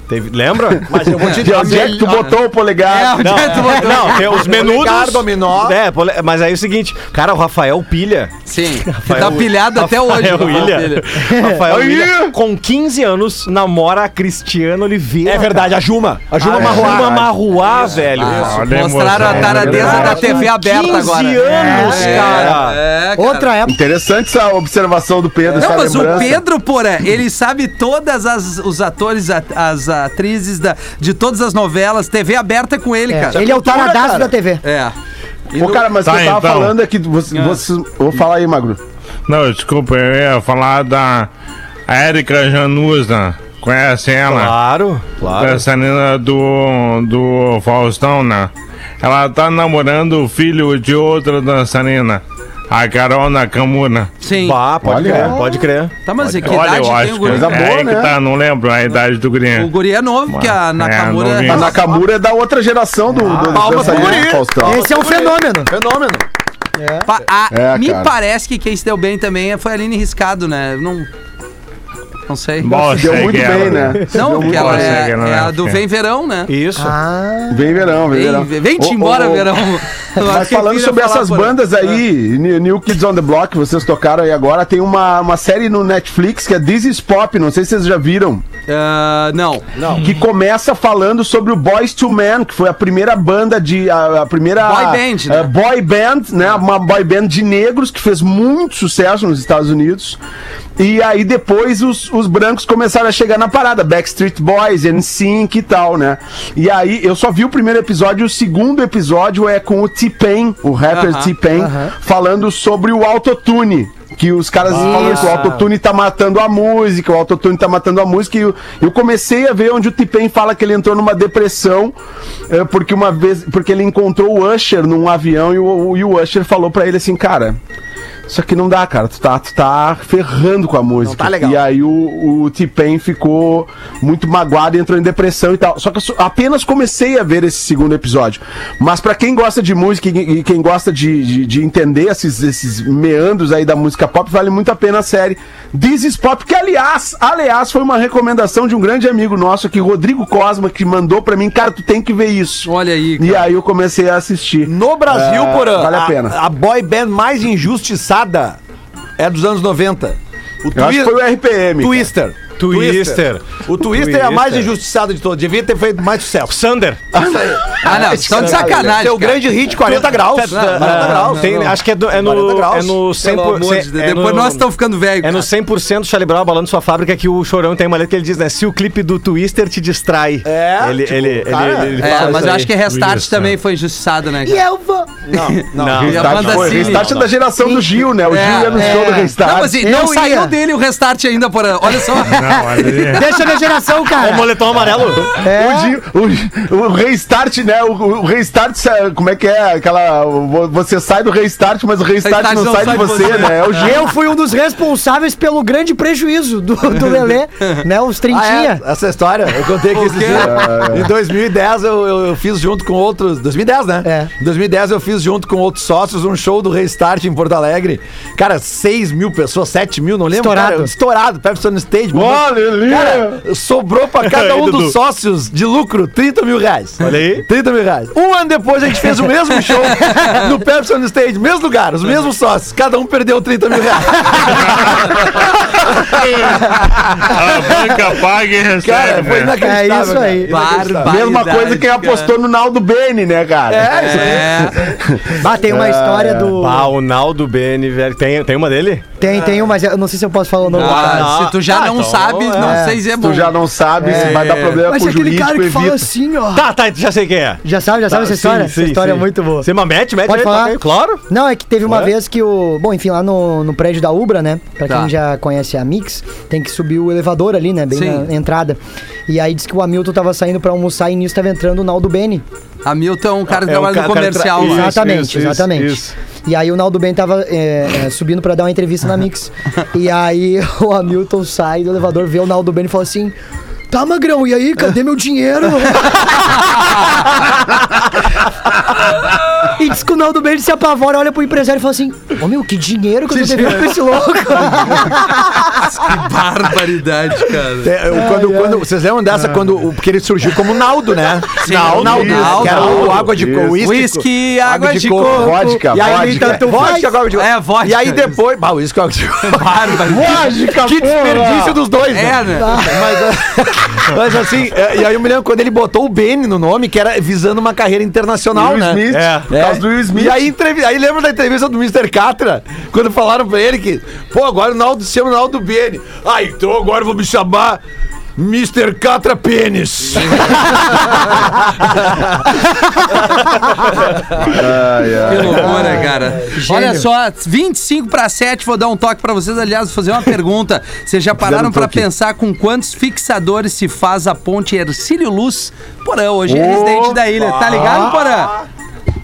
Teve, lembra? Mas eu vou te
De onde é que tu botou o
É,
polegar?
onde é que tu botou?
Não, tem os menudos.
Polegar, dominó.
É, pole- mas aí é o seguinte, cara, o Rafael pilha.
Sim, que tá pilhado até hoje.
Rafael
Rafael
É William.
Pilha.
Rafael
Aí!
William, com 15 anos, namora a Cristiana Oliveira.
É verdade, a Juma. A Juma Ah,
Juma
Marroá.
Marruá. Juma Marruá, velho.
Ah,
Ah,
Olha a
Mostraram a
emoção,
taradeza
né?
da TV aberta
15
agora.
anos,
É,
cara.
É, cara.
Outra época.
Interessante essa observação do Pedro,
Não,
essa
mas o
lembrança.
Pedro, porra, ele sabe todas as os atores, a- as atrizes da, de todas as novelas, TV aberta com ele, cara.
Ele é o taradaço da TV.
É.
Pô, cara, mas o que
Tá,
eu tava
então.
falando é que você, você- Vou falar aí, Magro.
Não, desculpa, eu ia falar da Érica Januza. Conhece ela?
Claro,
É
claro.
assim.
Essa menina do, do Faustão, né? Ela tá namorando o filho de outra dançarina, a Carol Nakamura.
Sim.
Bah,
Olha.
pode crer, pode crer.
Tá, mas e que
Olha,
idade
eu
tem
acho
o
que
guri?
coisa
é
boa,
aí que
né?
tá, não lembro a idade do
O
guri.
guri é novo, porque a
É,
Nakamura...
A
novinho.
Nakamura é da outra geração do, do
palmas pro
dançarino
guri.
Faustão.
Esse é um fenômeno.
Fenômeno.
Pa- a-
É,
me
cara.
parece que quem se deu bem também foi a Aline Riscado, né? Eu Não, não sei.
Bom,
Se deu
sei
muito
que é, ela-
bem, né? Se deu
não,
muito
que ela
bem.
é,
Consegue, né?
é a do Vem Verão, né?
Isso.
Vem verão, vem verão.
Vem, vem te
Ô,
embora,
ô, ô,
Verão.
Mas falando sobre essas bandas aí, New, New Kids on the Block, vocês tocaram aí agora, tem uma, uma série no Netflix que é This is Pop, não sei se vocês já viram,
Ah, não.
que começa falando sobre o Boys to Men, que foi a primeira banda de... a, a primeira...
Boy band, né?
eh, boy band, né? Uma boy band de negros que fez muito sucesso nos Estados Unidos. E aí depois os, os brancos começaram a chegar na parada, Backstreet Boys, NSYNC e tal, né? E aí eu só vi o primeiro episódio, o segundo episódio é com o T-Pain, o rapper
Aham,
T-Pain, falando sobre o autotune. Que os caras falam que o autotune tá matando a música, o autotune tá matando a música. E eu, eu comecei a ver onde o T-Pain fala que ele entrou numa depressão, eh, porque uma vez. Porque ele encontrou o Usher num avião e o, e o Usher falou pra ele assim, cara. Isso aqui não dá, cara. Tu tá, tu tá ferrando com a música.
tá legal.
E aí o, o T-Pain ficou muito magoado e entrou em depressão e tal. Só que eu só- apenas comecei a ver esse segundo episódio. Mas pra quem gosta de música e, e quem gosta de, de, de entender esses, esses meandros aí da música pop, vale muito a pena a série This is Pop, que aliás, aliás, foi uma recomendação de um grande amigo nosso aqui, Rodrigo Cosma, que mandou pra mim, cara, tu tem que ver isso.
Olha aí,
E
cara.
aí eu comecei a assistir.
No Brasil,
É,
Porã,
vale a pena.
A, boy band mais injustiçada é dos anos 90. O
Eu acho que
Twi-
foi o RPM. cara.
Twister.
Twister.
O Twister é a mais injustiçada de todas. Devia ter feito mais sucesso.
Sander.
Ah,
é
não. Só de sacanagem,
Seu
cara.
grande hit 40 graus.
Não, não, não,
40 graus.
não,
Ah, Tem-
não.
Acho que é, do- é
40
no, é
graus.
no 100%.
Pelo amor de Deus.
é
Depois
no-
nós estamos ficando velhos,
É no
cara.
100% Charlie Brown abalando sua fábrica que o Chorão tem uma letra que ele diz, né? Se o clipe do Twister te distrai.
É,
Ele,
tipo,
ele, ele,
cara,
ele- ele
É,
fala
mas
isso
eu
aí.
acho que Restart
Isso,
também
né?
foi injustiçado,
é
né, cara?
eu vou.
Não,
E a
Restart,
banda
foi,
Cine.
Restart é da geração do Gil, né? O
É,
Gil ia no
é.
show do Restart.
Não, mas e-
Eu
não
saía.
saiu dele o Restart ainda, porra. Olha só.
Não, olha aí.
Deixa a minha geração,
É O
cara.
moletom amarelo?
O, Gil, o, o Restart, né? O, o Restart, sa- como é que é? Aquela. vo- Você sai do Restart, mas o Restart,
Restart
não, sai, de você, né? É o Gil.
Eu fui um dos responsáveis pelo grande prejuízo do, do Lelê, né? Os trintinha.
Ah, é? Essa história, eu contei aqui
O
esses
quê?
dias. Em 2010, eu, eu, eu fiz junto com outros. 2010, né?
É.
Em 2010, eu fiz junto com outros sócios um show do Restart em Porto Alegre. Cara, 6 mil pessoas, 7 mil, não lembro.
Estourado.
Cara, estourado, Pepsi no Stage.
Olha ali!
Cara, sobrou pra cada
Aí,
um
Dudu.
dos sócios de lucro 30 mil reais.
Olha aí.
30 mil reais. Um ano depois a gente fez o mesmo show no Pepsi on Stage, mesmo lugar,
Uhum.
os mesmos sócios. Cada um perdeu 30 mil reais.
A banca paga e recebe,
Cara, foi
né?
É
inacreditável.
isso aí.
cara.
É
Inacreditável.
Mesma coisa que apostou no Naldo Bene, né, cara?
É, isso aí.
É.
Ah, tem uma história do.
Ah, o Naldo Bene, velho. Tem, tem uma dele?
Tem, tem um, mas eu não sei se eu posso falar o nome.
Ah,
não.
se tu já
Ah,
não
então,
sabe, não
é.
sei se é bom.
Tu já não sabe se vai dar problema
Mas
com o
é aquele
jurídico,
cara que fala
evita.
assim, ó.
Tá, tá, já sei quem é.
Já sabe, já sabe essa
Tá,
história?
sim,
essa
sim,
história
sim.
é muito boa.
Você mas mete, mete.
Pode
aí,
falar?
tá, Claro.
Não, é que teve uma vez que o. Bom, enfim, lá no, no prédio da Ubra, né? Pra
Tá.
quem já conhece a Mix, tem que subir o elevador ali, né? Bem
Sim.
na entrada. E aí diz que o Hamilton tava saindo pra almoçar e nisso tava entrando o Naldo Bene.
Hamilton é um cara que
É, o
trabalha
cara-
no
o cara
comercial né?
tra-
lá.
Isso,
exatamente,
isso, isso,
exatamente.
isso.
E aí o Naldo Ben tava é, é, subindo pra dar uma entrevista na Mix. e aí o Hamilton sai do elevador, vê o Naldo Ben e fala assim. Tá, magrão, e aí? Cadê meu dinheiro? E diz que o Naldo Bene se apavora, olha pro empresário e fala assim: Ô meu, que dinheiro que eu tô devendo pra esse louco.
Que barbaridade, cara.
É, eu- quando, quando- vocês lembram dessa? Quando, o- porque ele surgiu como Naldo, né?
Sim, Naldo,
que era o
Naldo,
água de coco.
isso. Whisky, água de coco.
Vodka, e aí,
vodka.
Tanto, vodka, água de coco.
É, vodka,
E aí
isso.
depois... Bah, o uísque, é água de coco.
Barbaridade.
Lógica,
Que desperdício dos dois,
É, né?
Mas, mas assim, é, e aí eu me lembro quando ele botou o Benny no nome, que era visando uma carreira internacional,
Will
né?
Smith,
É.
por causa do Will Smith.
E aí, entrevi- aí lembra da entrevista do Mr. Catra, quando falaram pra ele que, pô, agora o Naldo se chama Naldo Benny. Ah, então agora eu vou me chamar Mr. Catra Pênis.
Que loucura, cara. Olha só, 25 para 7, vou dar um toque para vocês. Aliás, vou fazer uma pergunta. Vocês já pararam para pensar com quantos fixadores se faz a ponte Ercílio Luz? Porã, hoje é residente da ilha. Tá ligado, Porã?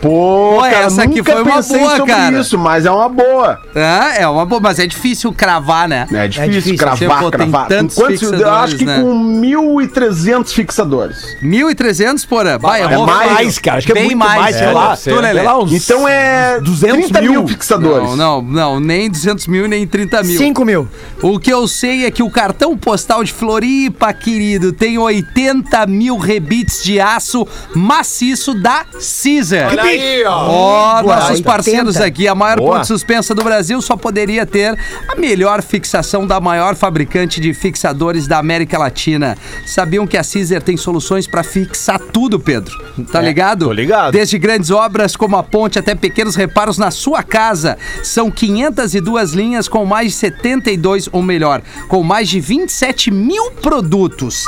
Pô,
Pô,
cara,
essa aqui
nunca
foi uma
pensei
boa,
sobre
cara.
isso, mas é uma boa.
É, é uma boa, mas é difícil cravar, né?
É difícil,
difícil,
você
cravar,
pô, tem
cravar.
tantos
Enquanto, eu
fixadores,
acho que
né?
com 1.300 fixadores.
1.300, Porã? Vai,
É
errou.
mais, cara. Acho que é
Bem
muito
mais,
mais, sei
é,
lá.
deve ser. Sei lá,
uns...
Então é
200
30 mil,
mil.
fixadores.
Não, não, não, nem 200 mil, nem 30 mil.
5 mil.
O que eu sei é que o cartão postal de Floripa, querido, tem 80 mil rebites de aço maciço da Caesar. Olha
aí, ó.
nossos
80.
parceiros aqui, a maior
Boa.
ponte suspensa do Brasil só poderia ter a melhor fixação da maior fabricante de fixadores da América Latina. Sabiam que a Caesar tem soluções pra fixar tudo, Pedro? Tá ligado?
tô ligado.
Desde grandes obras como a ponte até pequenos reparos na sua casa. São 502 linhas com mais de 72, ou melhor, com mais de 27 mil produtos.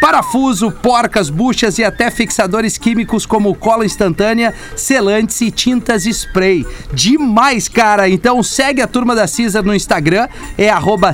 Parafuso, porcas, buchas e até fixadores químicos como cola instantânea, selantes e tintas spray. Demais, cara! Então segue a turma da Caesar no Instagram, é arroba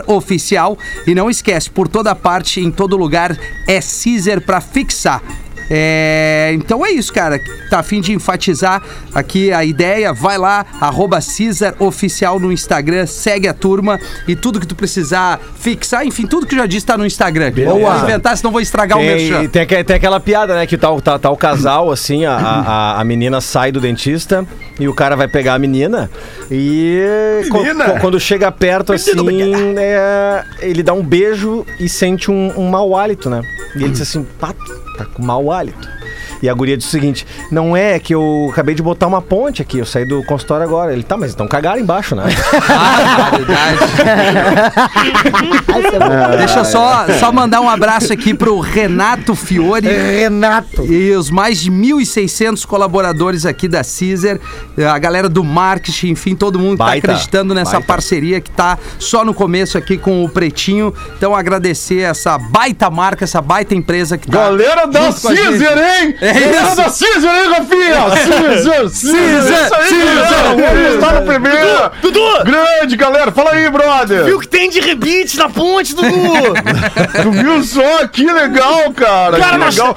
CesarOficial. E não esquece, por toda parte, em todo lugar, é Caesar pra fixar. É, então é isso, cara. Tá a fim de enfatizar aqui a ideia. Vai lá, arroba Cesar Oficial no Instagram, segue a turma e tudo que tu precisar fixar, enfim, tudo que eu já disse tá no Instagram. Não vou inventar, senão vou estragar o merchan.
Tem, tem, aque- tem aquela piada, né? Que tá, o- tá, tá o casal, assim, a, a, a- a menina sai do dentista e o cara vai pegar a menina. E co- co- quando chega perto, assim, é, ele dá um beijo e sente um, um mau hálito, né? E ele diz assim, pato, tá com mau hálito. E a guria diz o seguinte: não é que eu acabei de botar uma ponte aqui, eu saí do consultório agora. Ele tá, mas então cagaram embaixo, né?
Barbaridade. Deixa eu só, só mandar um abraço aqui pro Renato Fiore.
Renato.
E os mais de 1.600 colaboradores aqui da Caesar, eh, a galera do marketing, enfim, todo mundo que tá
Baita,
acreditando nessa
baita.
parceria que tá só no começo aqui com o Pretinho. Então, agradecer essa baita marca, essa baita empresa que tá.
Galera da
junto com a gente.
um Caesar, hein?
É
Galera
isso.
da Caesar, hein, Rafinha? Caesar, Caesar,
Caesar,
Caesar. Vamos estar no primeiro. Grande, galera. Fala aí, brother. Viu que tem de rebite na ponte, Dudu? tu viu só? Que legal, cara. que legal.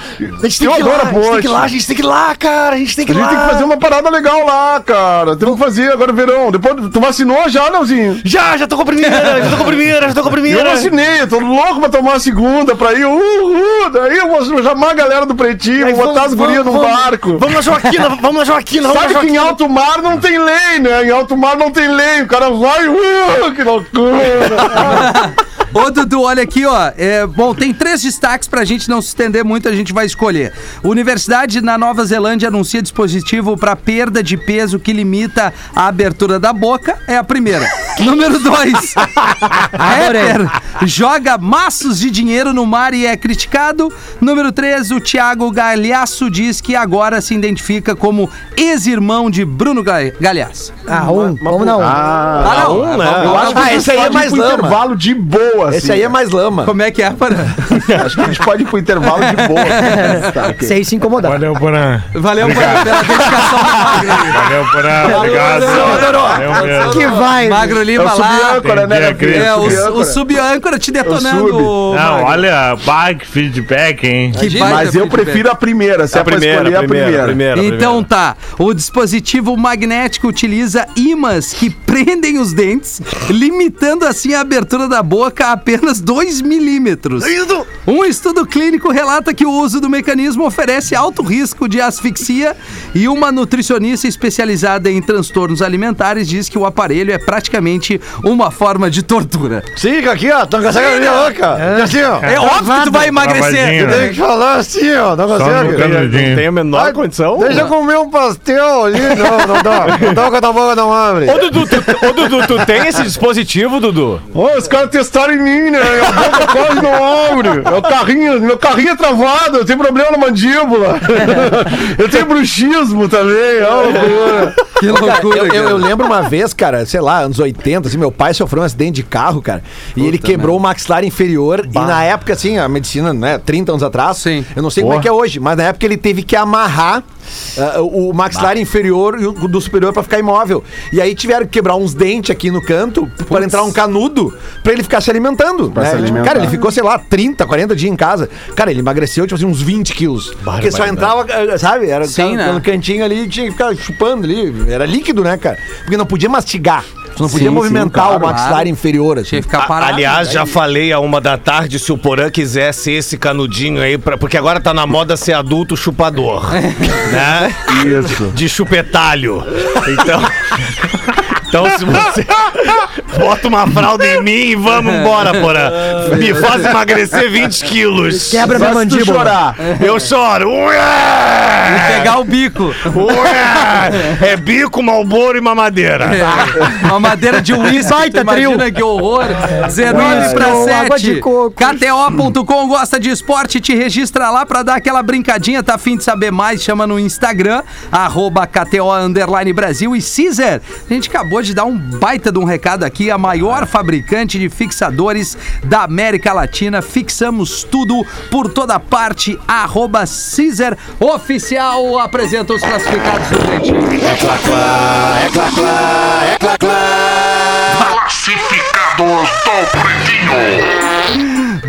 Eu adoro a ponte.
Ah, gente tem que ir lá, cara, a gente tem
A gente tem que fazer um- uma parada legal lá, cara. Temos que fazer agora verão. Depois, tu vacinou já, Leozinho?
Já, já tô com a primeira, já tô com a primeira, já tô com
Eu
a primeira.
vacinei, eu tô louco pra tomar a segunda, pra ir. Uhul! Daí eu vou chamar a galera do pretinho,
Aí
vou botar as
vamos,
gurias num
vamos, vamos.
barco.
Vamos na Joaquina, vamos na Joaquina, vamos
Sabe
na
que em
Joaquina.
alto mar não tem lei, né? Em alto mar não tem lei. O cara vai, uh, que loucura.
Ô, Dudu, olha aqui, ó. É, bom, tem três destaques pra gente não se estender muito, a gente vai escolher. Universidade na Nova Zelândia anuncia dispositivo pra perda de peso que limita a abertura da boca. É a primeira. Número dois. Rapper joga maços de dinheiro no mar e é criticado. Número três, o Thiago Galhaço diz que agora se identifica como ex-irmão de Bruno Ga- Galhaço.
Ah, um. Vamos na um.
Ah, não.
um, né?
Eu acho
Ah, esse aí é
Pode ir
mais
pro
lama.
intervalo assim. de boa,
Esse aí é mais lama.
Como é que é, para?
Acho que a gente pode ir pro intervalo de boa. Tá, ok.
Sem se incomodar.
Valeu, Porã.
Valeu Porã, pela dedicação.
Valeu, Porã. Obrigado. Valeu mesmo.
Que vai.
Magro
É
Lima
o
lá.
sub-âncora, né,
Entendi a
Gabriel?
crítica.
É, o, o
Sub-âncora.
sub-âncora te
É o
detonando.
sub.
Magro.
Não, olha, pá, que feedback, hein?
Que baita
Mas eu
feedback.
prefiro a primeira, se é,
A
pra escolher
primeira,
a primeira.
primeira, primeira.
Então tá, o dispositivo magnético utiliza ímãs que prendem os dentes, limitando assim a abertura da boca a apenas 2 milímetros. Um estudo clínico relata que o uso do mecanismo oferece alto risco de asfixia e uma nutricionista especializada em transtornos alimentares diz que o aparelho é praticamente uma forma de tortura.
Siga aqui, ó. Tô com essa galinha louca. E Assim, ó.
É óbvio que tu vai emagrecer.
Travadinho, né?
Tem que falar assim, ó. Não
Só no
consegue.
canudinho.
Tem a menor
Ai,
condição.
Deixa eu comer um pastel ali. Não, não dá. Não dá com a boca, não abre.
Ô, Dudu, tu, ô, Dudu, tu tem esse dispositivo, Dudu?
Ô, os caras testaram em mim, né? Eu boca quase não abre. Meu carrinho, meu carrinho é travado, eu tenho problema na mandíbula. Eu tenho bruxismo também, é uma loucura.
Que loucura,
Eu, eu- eu
cara.
lembro uma vez, cara, sei lá, anos 80, assim, meu pai sofreu um acidente de carro, cara, e ele quebrou o maxilar inferior. E na época, assim, a medicina, né, 30 anos atrás,
Sim.
eu não sei como é que é hoje, mas na época ele teve que amarrar ah, o maxilar inferior e o do superior pra ficar imóvel. E aí tiveram que quebrar uns dentes aqui no canto pra entrar um canudo pra ele ficar se alimentando. né?
se
Tipo,
alimentar.
Cara, ele ficou, sei lá, 30, 40 dias em casa. Cara, ele emagreceu, tipo assim, uns 20 quilos. Porque só entrava, ah, sabe? Era
Sim,
ca-
né?
pelo cantinho ali tinha que ficar chupando ali. Era líquido, né, cara? Porque não podia mastigar. Tu não podia
Sim,
movimentar
sim,
o maxilar
claro.
inferior. Assim.
Tinha que ficar
A-
parado.
Aliás, já falei a uma da tarde se o Porã quisesse esse canudinho aí, pra- porque agora tá na moda ser adulto chupador. né? Isso. De chupetalho. Então. Então, se você bota uma fralda em mim e vamos embora, Porã. Me faz emagrecer 20 quilos.
Quebra minha
Só se tu
mandíbula.
chorar.
Eu choro. Ué!
Pegar o bico.
Ué! É bico, malboro e mamadeira.
É, uma madeira de uísque, tu imagina que horror. 19
Uísque
para
ou
7.
É, água de coco.
KTO.com gosta de esporte, te registra lá pra dar aquela brincadinha, tá afim de saber mais, chama no Instagram, arroba KTO Underline Brasil e Caesar. A gente acabou de dar um baita de um recado aqui, a maior fabricante de fixadores da América Latina. Fixamos tudo por toda parte, arroba Caesar Oficial apresenta os classificados do Pretinho.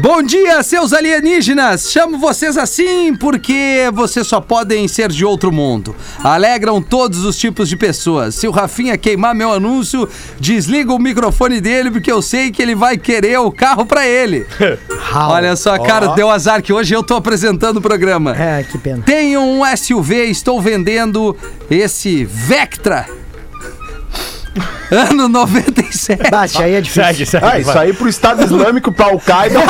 Bom dia, seus alienígenas! Chamo vocês assim porque vocês só podem ser de outro mundo. Alegram todos os tipos de pessoas. Se o Rafinha queimar meu anúncio, desliga o microfone dele porque eu sei que ele vai querer o carro pra ele. Olha só, cara, deu azar que hoje eu tô apresentando o programa.
É, que pena.
Tenho um SUV, estou vendendo esse Vectra. Ano 97.
Bate, aí é difícil.
Ah, isso aí pro Estado Islâmico, pra Al-Qaeda.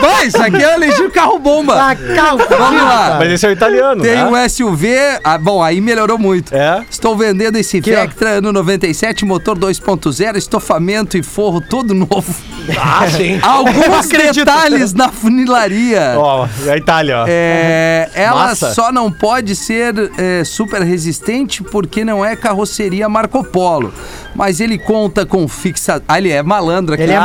Vai, isso aqui eu elegi o carro
Tá,
bomba. Vamos
tá.
lá.
Mas esse é o italiano,
Tem
né?
um SUV, ah, bom, aí melhorou muito.
É?
Estou vendendo esse
ó.
Vectra ano 97, motor 2.0, estofamento e forro todo novo.
Ah, sim.
Alguns detalhes na funilaria.
Ó, é a Itália, ó.
É, ela
Massa.
só não pode ser é, super resistente porque não é carroceria Marco Polo. Mas ele conta com fixa. Ah, ele é malandro aqui.
Ele é
Ah,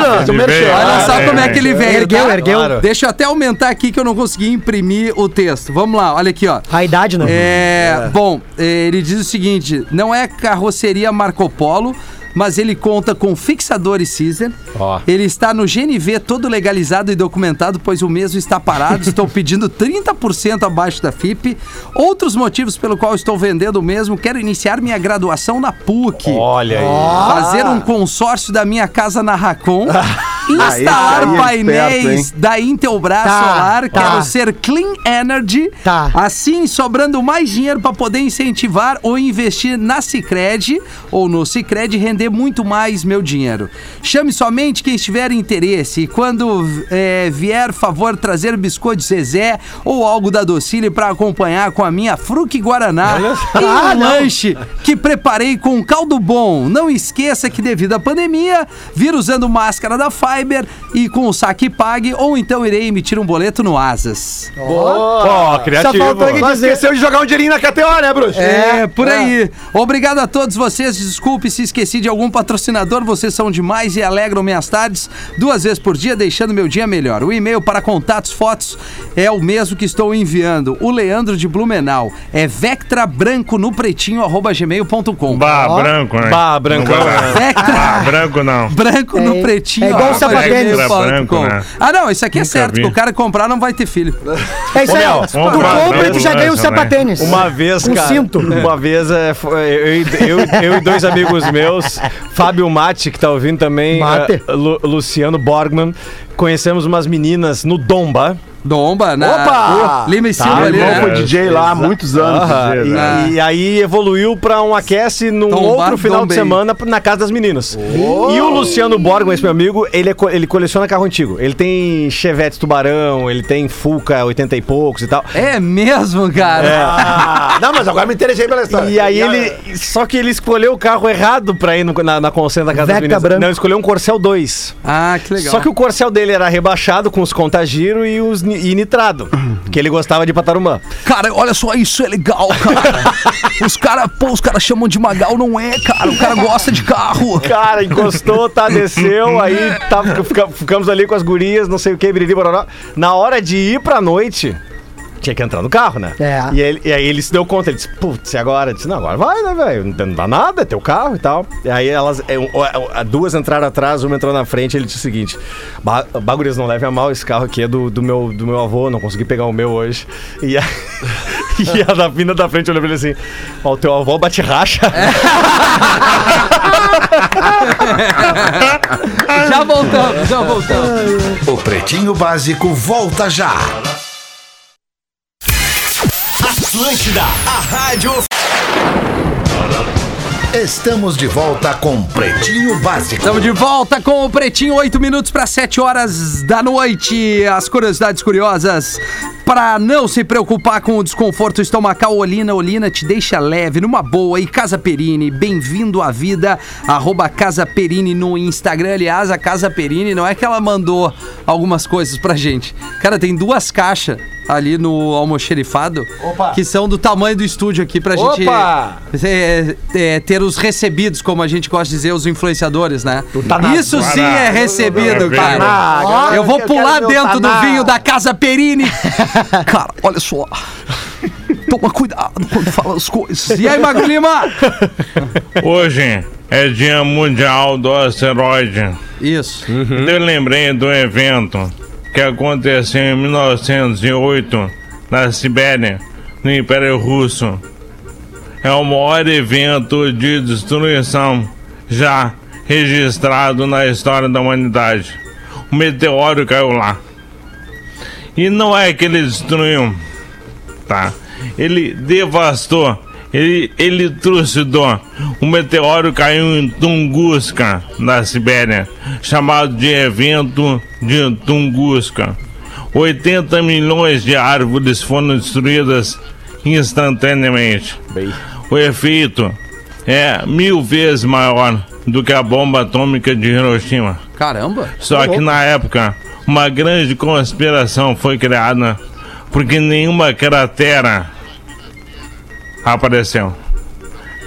malandro.
Ele veio,
Olha
ah,
só
é,
como é
é.
que ele veio.
Ergueu,
tá?
ergueu.
Claro.
Deixa eu até aumentar aqui que eu não consegui imprimir o texto. Vamos lá, olha aqui, ó.
A idade, não.
É, Bom, é, ele diz o seguinte: não é carroceria Marco Polo. Mas ele conta com fixador e Caesar.
Ó.
Ele está no GNV todo legalizado e documentado, pois o mesmo está parado. Estou pedindo 30% abaixo da FIP. Outros motivos pelo qual estou vendendo o mesmo. Quero iniciar minha graduação na PUC.
Olha aí.
Fazer um consórcio da minha casa na Racon. Instalar
Aí, aí é
painéis
esperto,
da Intelbras
Tá,
Solar.
tá.
Quero ser Clean Energy.
Tá.
Assim, sobrando mais dinheiro para poder incentivar ou investir na Cicred ou no Cicred e render muito mais meu dinheiro. Chame somente quem tiver interesse. E quando eh, vier, favor, trazer biscoito Zezé ou algo da Docile para acompanhar com a minha Fruque Guaraná e um lanche que preparei com caldo bom. Não esqueça que devido à pandemia, vir usando máscara da Fiber e com o saque pague ou então irei emitir um boleto no Asas.
Ó,
Só
criativo.
faltou ele dizer... esqueceu de jogar um dinheirinho na KTO, né, bruxo?
É, por aí. Obrigado a todos vocês. Desculpe se esqueci de algum patrocinador. Vocês são demais e alegram minhas tardes duas vezes por dia, deixando meu dia melhor. O e-mail para contatos, fotos é o mesmo que estou enviando. O Leandro de Blumenau é vectrabranco no pretinho arroba gmail.com.
Bah, branco, né?
Bah, branco,
Não vai lá.
né?
Vectra
Bah, branco não.
branco
É-
no pretinho.
é igual
arroba
pra
Extra
tênis.
branco,
Com-
né?
Ah, não, isso aqui é certo,
vi.
que o cara comprar não vai ter filho.
É isso aí, ó. Tu
vamos pra
compra e tu já
Brasil,
ganha um
né?
sapatênis.
Uma vez,
Um
cara.
cinto.
Uma vez é, foi- eu, e- eu, eu e dois amigos meus, Fábio Mate, que tá ouvindo também,
Mate.
eh, Lu- Luciano Borgman, conhecemos umas meninas no Domba.
Domba, né?
Tá
Opa!
Lima e Silva
Tá,
Meu
ali,
irmão
né?
foi DJ lá há muitos anos.
Ah,
dizer,
e-
né?
e, aí evoluiu pra um aquece num
Tombar,
outro final
tombei.
de semana na casa das meninas.
Oh.
E o Luciano Borgo, esse meu amigo, ele, é co- ele coleciona carro antigo. Ele tem Chevette Tubarão, ele tem Fuca 80 e poucos e tal.
É mesmo,
É.
cara?
Ah, não, mas agora me interessei pela história.
E aí ele. Só que ele escolheu o carro errado pra ir no- na, na consenha da casa das
Vecta
meninas.
branco.
Não, ele escolheu um Corcel 2.
Ah, que legal.
Só que o corcel dele era rebaixado com os contagiro e os ni- e nitrado, que ele gostava de Patarumã.
Cara, olha só, isso é legal, cara. os caras, pô, os caras chamam de Magal, não é, cara. O cara gosta de carro.
Cara, encostou, tá, desceu, aí tava, fica- ficamos ali com as gurias, não sei o que, biriri, bororó. Na hora de ir pra noite, tinha que entrar no carro, né?
É.
E, ele- e aí ele se deu conta, ele disse, putz, e agora? Eu disse, não, agora vai, né, velho? Não dá nada, é teu carro e tal. E aí elas, é, um- ó, ó, duas entraram atrás, uma entrou na frente, ele disse o seguinte, "Ba- bagulhos não leve a mal, esse carro aqui é do, do, meu, do meu avô, não consegui pegar o meu hoje. E a, e a da vinda da frente olhou pra ele assim, ó, o teu avô bate racha.
Já voltamos, já voltamos.
O Pretinho Básico volta já. Atlântida, a rádio. Estamos de volta com Pretinho Básico.
Estamos de volta com o Pretinho, 8 minutos para 7 horas da noite. As curiosidades curiosas. Para não se preocupar com o desconforto estomacal, Olina, Olina te deixa leve, numa boa. E Casa Perini, bem-vindo à vida. Arroba Casa Perini no Instagram. Aliás, a Casa Perini não é que ela mandou algumas coisas pra gente. Cara, tem duas caixas ali no almoxerifado que são do tamanho do estúdio aqui pra gente
Opa!
é, é, ter os recebidos, como a gente gosta de dizer, os influenciadores, né? Isso sim é recebido,
Tá
cara.
na-
agora
Eu vou
eu
pular
quero meu
dentro do
taná.
vinho da Casa Perini. cara, olha só. Toma cuidado quando fala as coisas. E aí, Magro Lima?
Hoje é dia mundial do asteroide.
Isso.
Eu lembrei do evento que aconteceu em 1908 na Sibéria, no Império Russo. É o maior evento de destruição já registrado na história da humanidade. O meteoro caiu lá. E não é que ele destruiu, tá? Ele devastou, ele, ele trucidou. O meteoro caiu em Tunguska, na Sibéria, chamado de evento de Tunguska. 80 milhões de árvores foram destruídas instantaneamente. O efeito é mil vezes maior do que a bomba atômica de Hiroshima.
Caramba.
Só que na época, uma grande conspiração foi criada porque nenhuma cratera apareceu.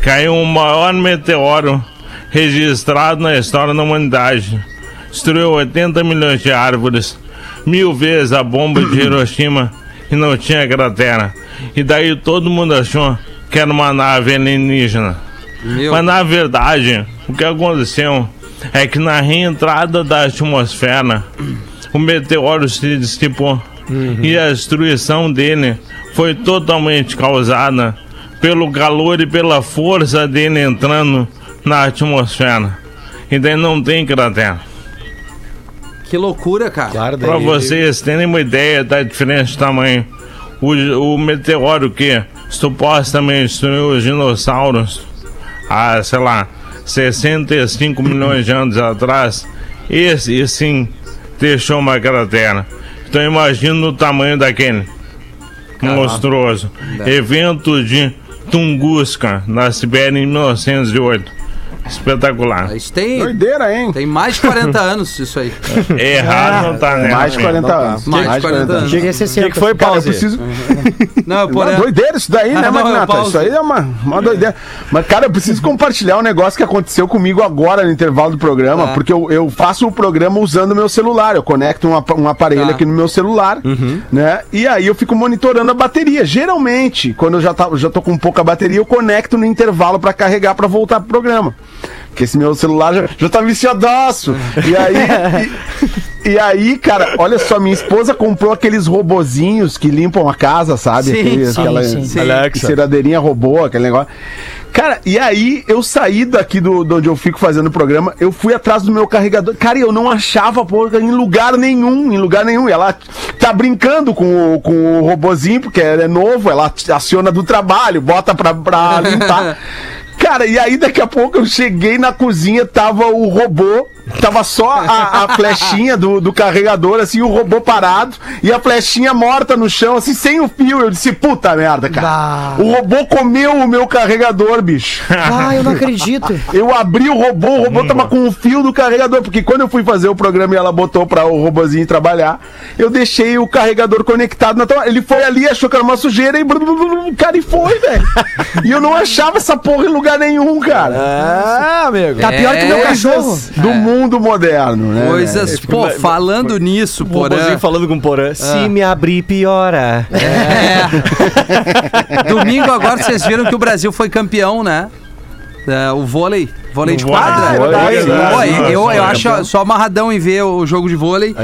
Caiu o maior meteoro registrado na história da humanidade. Destruiu 80 milhões de árvores, mil vezes a bomba de Hiroshima e não tinha cratera. E daí todo mundo achou que era uma nave alienígena.
Meu.
Mas na verdade, o que aconteceu é que na reentrada da atmosfera, o meteoro se dissipou e a destruição dele foi totalmente causada pelo calor e pela força dele entrando na atmosfera. E daí não tem cratera.
Que loucura, cara.
Para vocês terem uma ideia da diferença de tamanho, o, o meteoro que supostamente destruiu os dinossauros há, sei lá, 65 milhões de anos atrás, esse e sim deixou uma cratera. Então imagina o tamanho daquele. Monstruoso. Evento de Tunguska, na Sibéria, em 1908. Espetacular.
Isso tem,
Doideira, hein?
tem mais de 40 anos isso aí.
Errado não tá, né?
Mais de 40 anos.
Ah, Mais de 40 anos.
Chega a ser
O que, que foi,
Cara, eu
Pause?
preciso.
Não, por
Uma doideira isso daí, né,
Não,
Magnata?
pausa.
Isso aí é uma, uma doideira. Mas, cara, eu preciso compartilhar um negócio que aconteceu comigo agora no intervalo do programa,
Tá.
porque eu, eu faço o programa usando o meu celular. Eu conecto um, apa- um aparelho
Tá.
aqui no meu celular, né? E aí eu fico monitorando a bateria. Geralmente, quando eu já, tá, já tô com pouca bateria, eu conecto no intervalo pra carregar pra voltar pro programa. Que esse meu celular já, já tá viciadaço. E aí. e- E aí, cara, olha só, minha esposa comprou aqueles robozinhos que limpam a casa, sabe?
Sim,
Aqueles-
sim, sim.
Sim.
Alexa. Ceradeirinha robô, aquele negócio. Cara, e aí eu saí daqui do, de onde eu fico fazendo o programa, eu fui atrás do meu carregador. Cara, e eu não achava a porra em lugar nenhum, em lugar nenhum. E ela tá brincando com o, com o robozinho, porque ela é novo, ela aciona do trabalho, bota pra, pra limpar. Cara, e aí daqui a pouco eu cheguei na cozinha, tava o robô, tava só a, a flechinha do, do carregador, assim, o robô parado, e a flechinha morta no chão, assim, sem o fio. Eu disse, puta merda, cara.
Bah.
O robô comeu o meu carregador, bicho.
Ah, eu não acredito.
Eu abri o robô, o robô tava com o fio do carregador, porque quando eu fui fazer o programa e ela botou pra o robozinho trabalhar, eu deixei o carregador conectado na tomada. Ele foi ali, achou que era uma sujeira e blu, blu, blu, blu, cara, e foi, velho. e eu não achava essa porra em lugar nenhum, cara.
Ah, amigo.
Tá pior que o meu cachorro.
Coisas do mundo moderno, né?
É. Coisas, pô, falando nisso, porém.
falando com o Porã.
Se me abrir, piora.
É. Domingo agora vocês viram que o Brasil foi campeão, né? É, o vôlei. Vôlei de
vôlei,
quadra.
vôlei, É,
Pô,
verdade.
eu- eu, eu
Nossa,
acho só amarradão em ver o jogo de vôlei.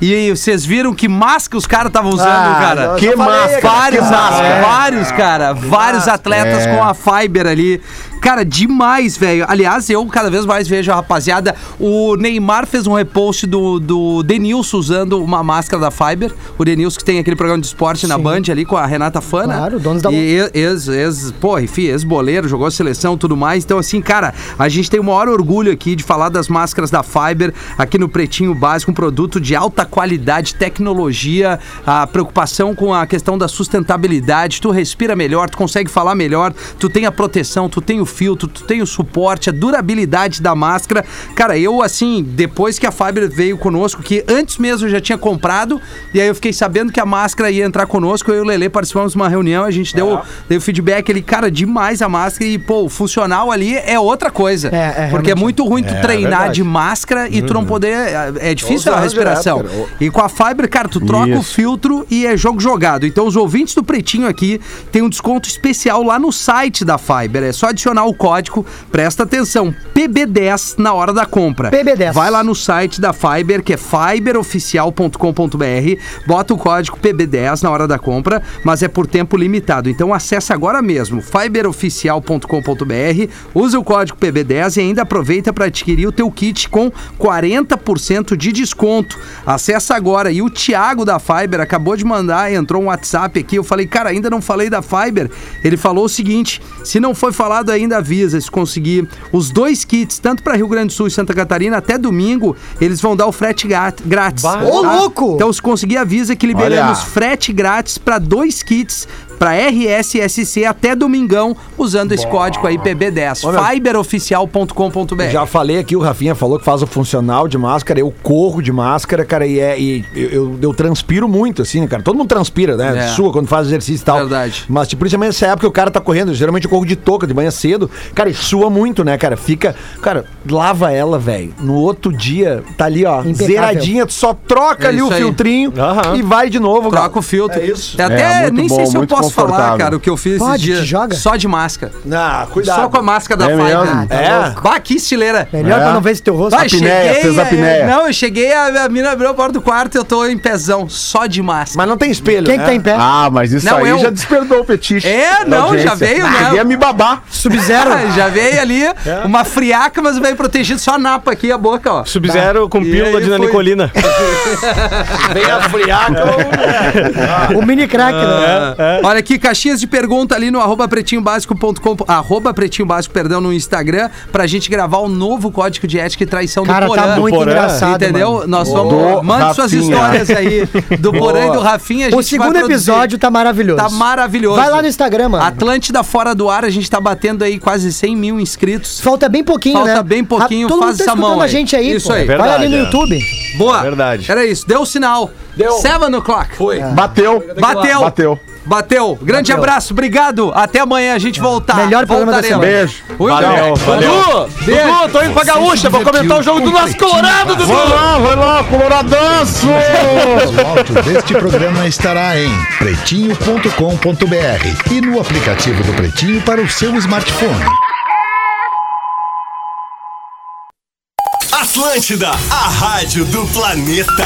E vocês viram que máscara os caras estavam usando, cara.
Que máscara,
Vários,
que máscara.
é. vários, cara. Vários atletas com a Fiber ali. Cara, demais, velho. Aliás, eu cada vez mais vejo a rapaziada. O Neymar fez um repost do, do Denilson usando uma máscara da Fiber. O Denilson que tem aquele programa de esporte na Band ali com a Renata Fana.
Claro, donos da
E e- ex, ex, pô, enfim, ex-boleiro, jogou a seleção e tudo mais. Então, assim, cara, a gente tem o maior orgulho aqui de falar das máscaras da Fiber aqui no Pretinho Básico, um produto de alta qualidade, tecnologia, a preocupação com a questão da sustentabilidade. Tu respira melhor, tu consegue falar melhor, tu tem a proteção, tu tem o filtro, tu tem o suporte, a durabilidade da máscara. Cara, eu, assim, depois que a Fiber veio conosco, que antes mesmo eu já tinha comprado, e aí eu fiquei sabendo que a máscara ia entrar conosco, eu e o Lele participamos de uma reunião, a gente deu, deu feedback ali, cara, demais a máscara, e pô, o funcional ali é outra coisa.
É, é,
porque é
realmente.
muito ruim tu treinar de máscara e tu não poder. É, é difícil a respiração. E com a Fiber, cara, tu troca o filtro e é jogo jogado. Então os ouvintes do Pretinho aqui tem um desconto especial lá no site da Fiber. É só adicionar o código, presta atenção, PB10 na hora da compra.
PB10.
Vai lá no site da Fiber, que é fiberoficial.com.br, bota o código PB10 na hora da compra, mas é por tempo limitado. Então acessa agora mesmo fiberoficial.com.br, usa o código PB10 e ainda aproveita para adquirir o teu kit com 40% de desconto. Acessa agora. E o Thiago da Fiber acabou de mandar, entrou um WhatsApp aqui, eu falei, cara, ainda não falei da Fiber. Ele falou o seguinte: se não foi falado ainda, avisa. Se conseguir os dois kits, tanto para Rio Grande do Sul e Santa Catarina, até domingo, eles vão dar o frete gat- grátis. Ô,
Ô, louco!
Então, se conseguir, avisa que liberamos frete grátis para dois kits para RSSC até domingão, usando esse código aí PB10. fiberoficial.com.br.
Já falei aqui, o Rafinha falou que faz o funcional de máscara, eu corro de máscara, cara, e, é, e eu, eu- eu transpiro muito, assim, né, cara? Todo mundo transpira, né?
É.
Sua quando faz exercício e tal.
Verdade.
Mas, tipo, principalmente nessa época que o cara tá correndo, geralmente eu corro de touca de manhã cedo, cara, e sua muito, né, cara? Fica, cara, lava ela, velho. No outro dia, tá ali, ó,
Impecável.
zeradinha, tu só troca
É
ali o
isso aí.
filtrinho
Aham.
e vai de novo, cara.
Troca o filtro.
É isso.
É,
Até
muito
nem sei
bom,
se eu
muito
posso falar,
confortável.
cara, o que eu fiz
Pode,
esses dias.
te joga?
Só de máscara.
Ah, cuidado.
Só com a máscara da
É
Fiber.
mesmo?
É? né?
Bah, que estileira.
Melhor pra não ver esse teu rosto.
Vai,
apneia,
cheguei,
fez
é,
apneia.
Não, eu cheguei, a, a mina abriu a porta do quarto e eu tô em pezão, só de máscara.
Mas não tem espelho,
Quem
né?
que tá em pé?
Ah, mas isso
Não,
aí
eu-
já despertou o petiche. da
É, não, já
audiência.
veio,
Ah,
né?
Queria me babar.
Sub-zero. Já veio ali uma friaca, mas veio protegido só a napa aqui, a boca, ó.
Sub-Zero
Tá.
com
E
pílula
aí
de
foi.
nanicolina.
Vem a
O mini crack,
É,
É,
É.
né?
Olha aqui, caixinhas de pergunta ali no arroba pretinhobásico.com, arroba pretinho básico, perdão, no Instagram, pra gente gravar o novo código de ética e traição
Cara,
do Porã.
tá muito
Porã,
engraçado,
Entendeu?
mano.
Nós vamos.
Do
Mande suas
Rafinha.
histórias aí do Porã e do Rafinha. A gente
O segundo
vai produzir.
episódio tá maravilhoso.
Tá maravilhoso.
Vai lá no Instagram, mano.
Atlântida fora do ar, a gente tá batendo aí quase 100 mil inscritos.
Falta bem pouquinho,
Falta
né?
bem pouquinho,
Ah, todo
faz
mundo tá
essa mão
escutando a
aí.
gente aí,
Isso
pô.
aí.
Vai lá
Verdade,
ali no
é.
YouTube.
Boa.
Verdade.
Era isso, deu o sinal. Deu. Seven o'clock. Foi.
Bateu.
Bateu.
Bateu.
Bateu. Grande abraço, obrigado. Até amanhã a gente voltar.
Melhor programa da
Voltaremos.
semana.
Beijo.
Ui,
Valeu,
Dudu,
valeu.
Beijo.
Dudu, tô indo pra Gaúcha, vou comentar o jogo do nosso Colorado,
Vai
Dudu.
lá, vai lá, coloradanço!
O áudio deste programa estará em pretinho.com.br e no aplicativo do Pretinho para o seu smartphone.
Atlântida, a rádio do planeta.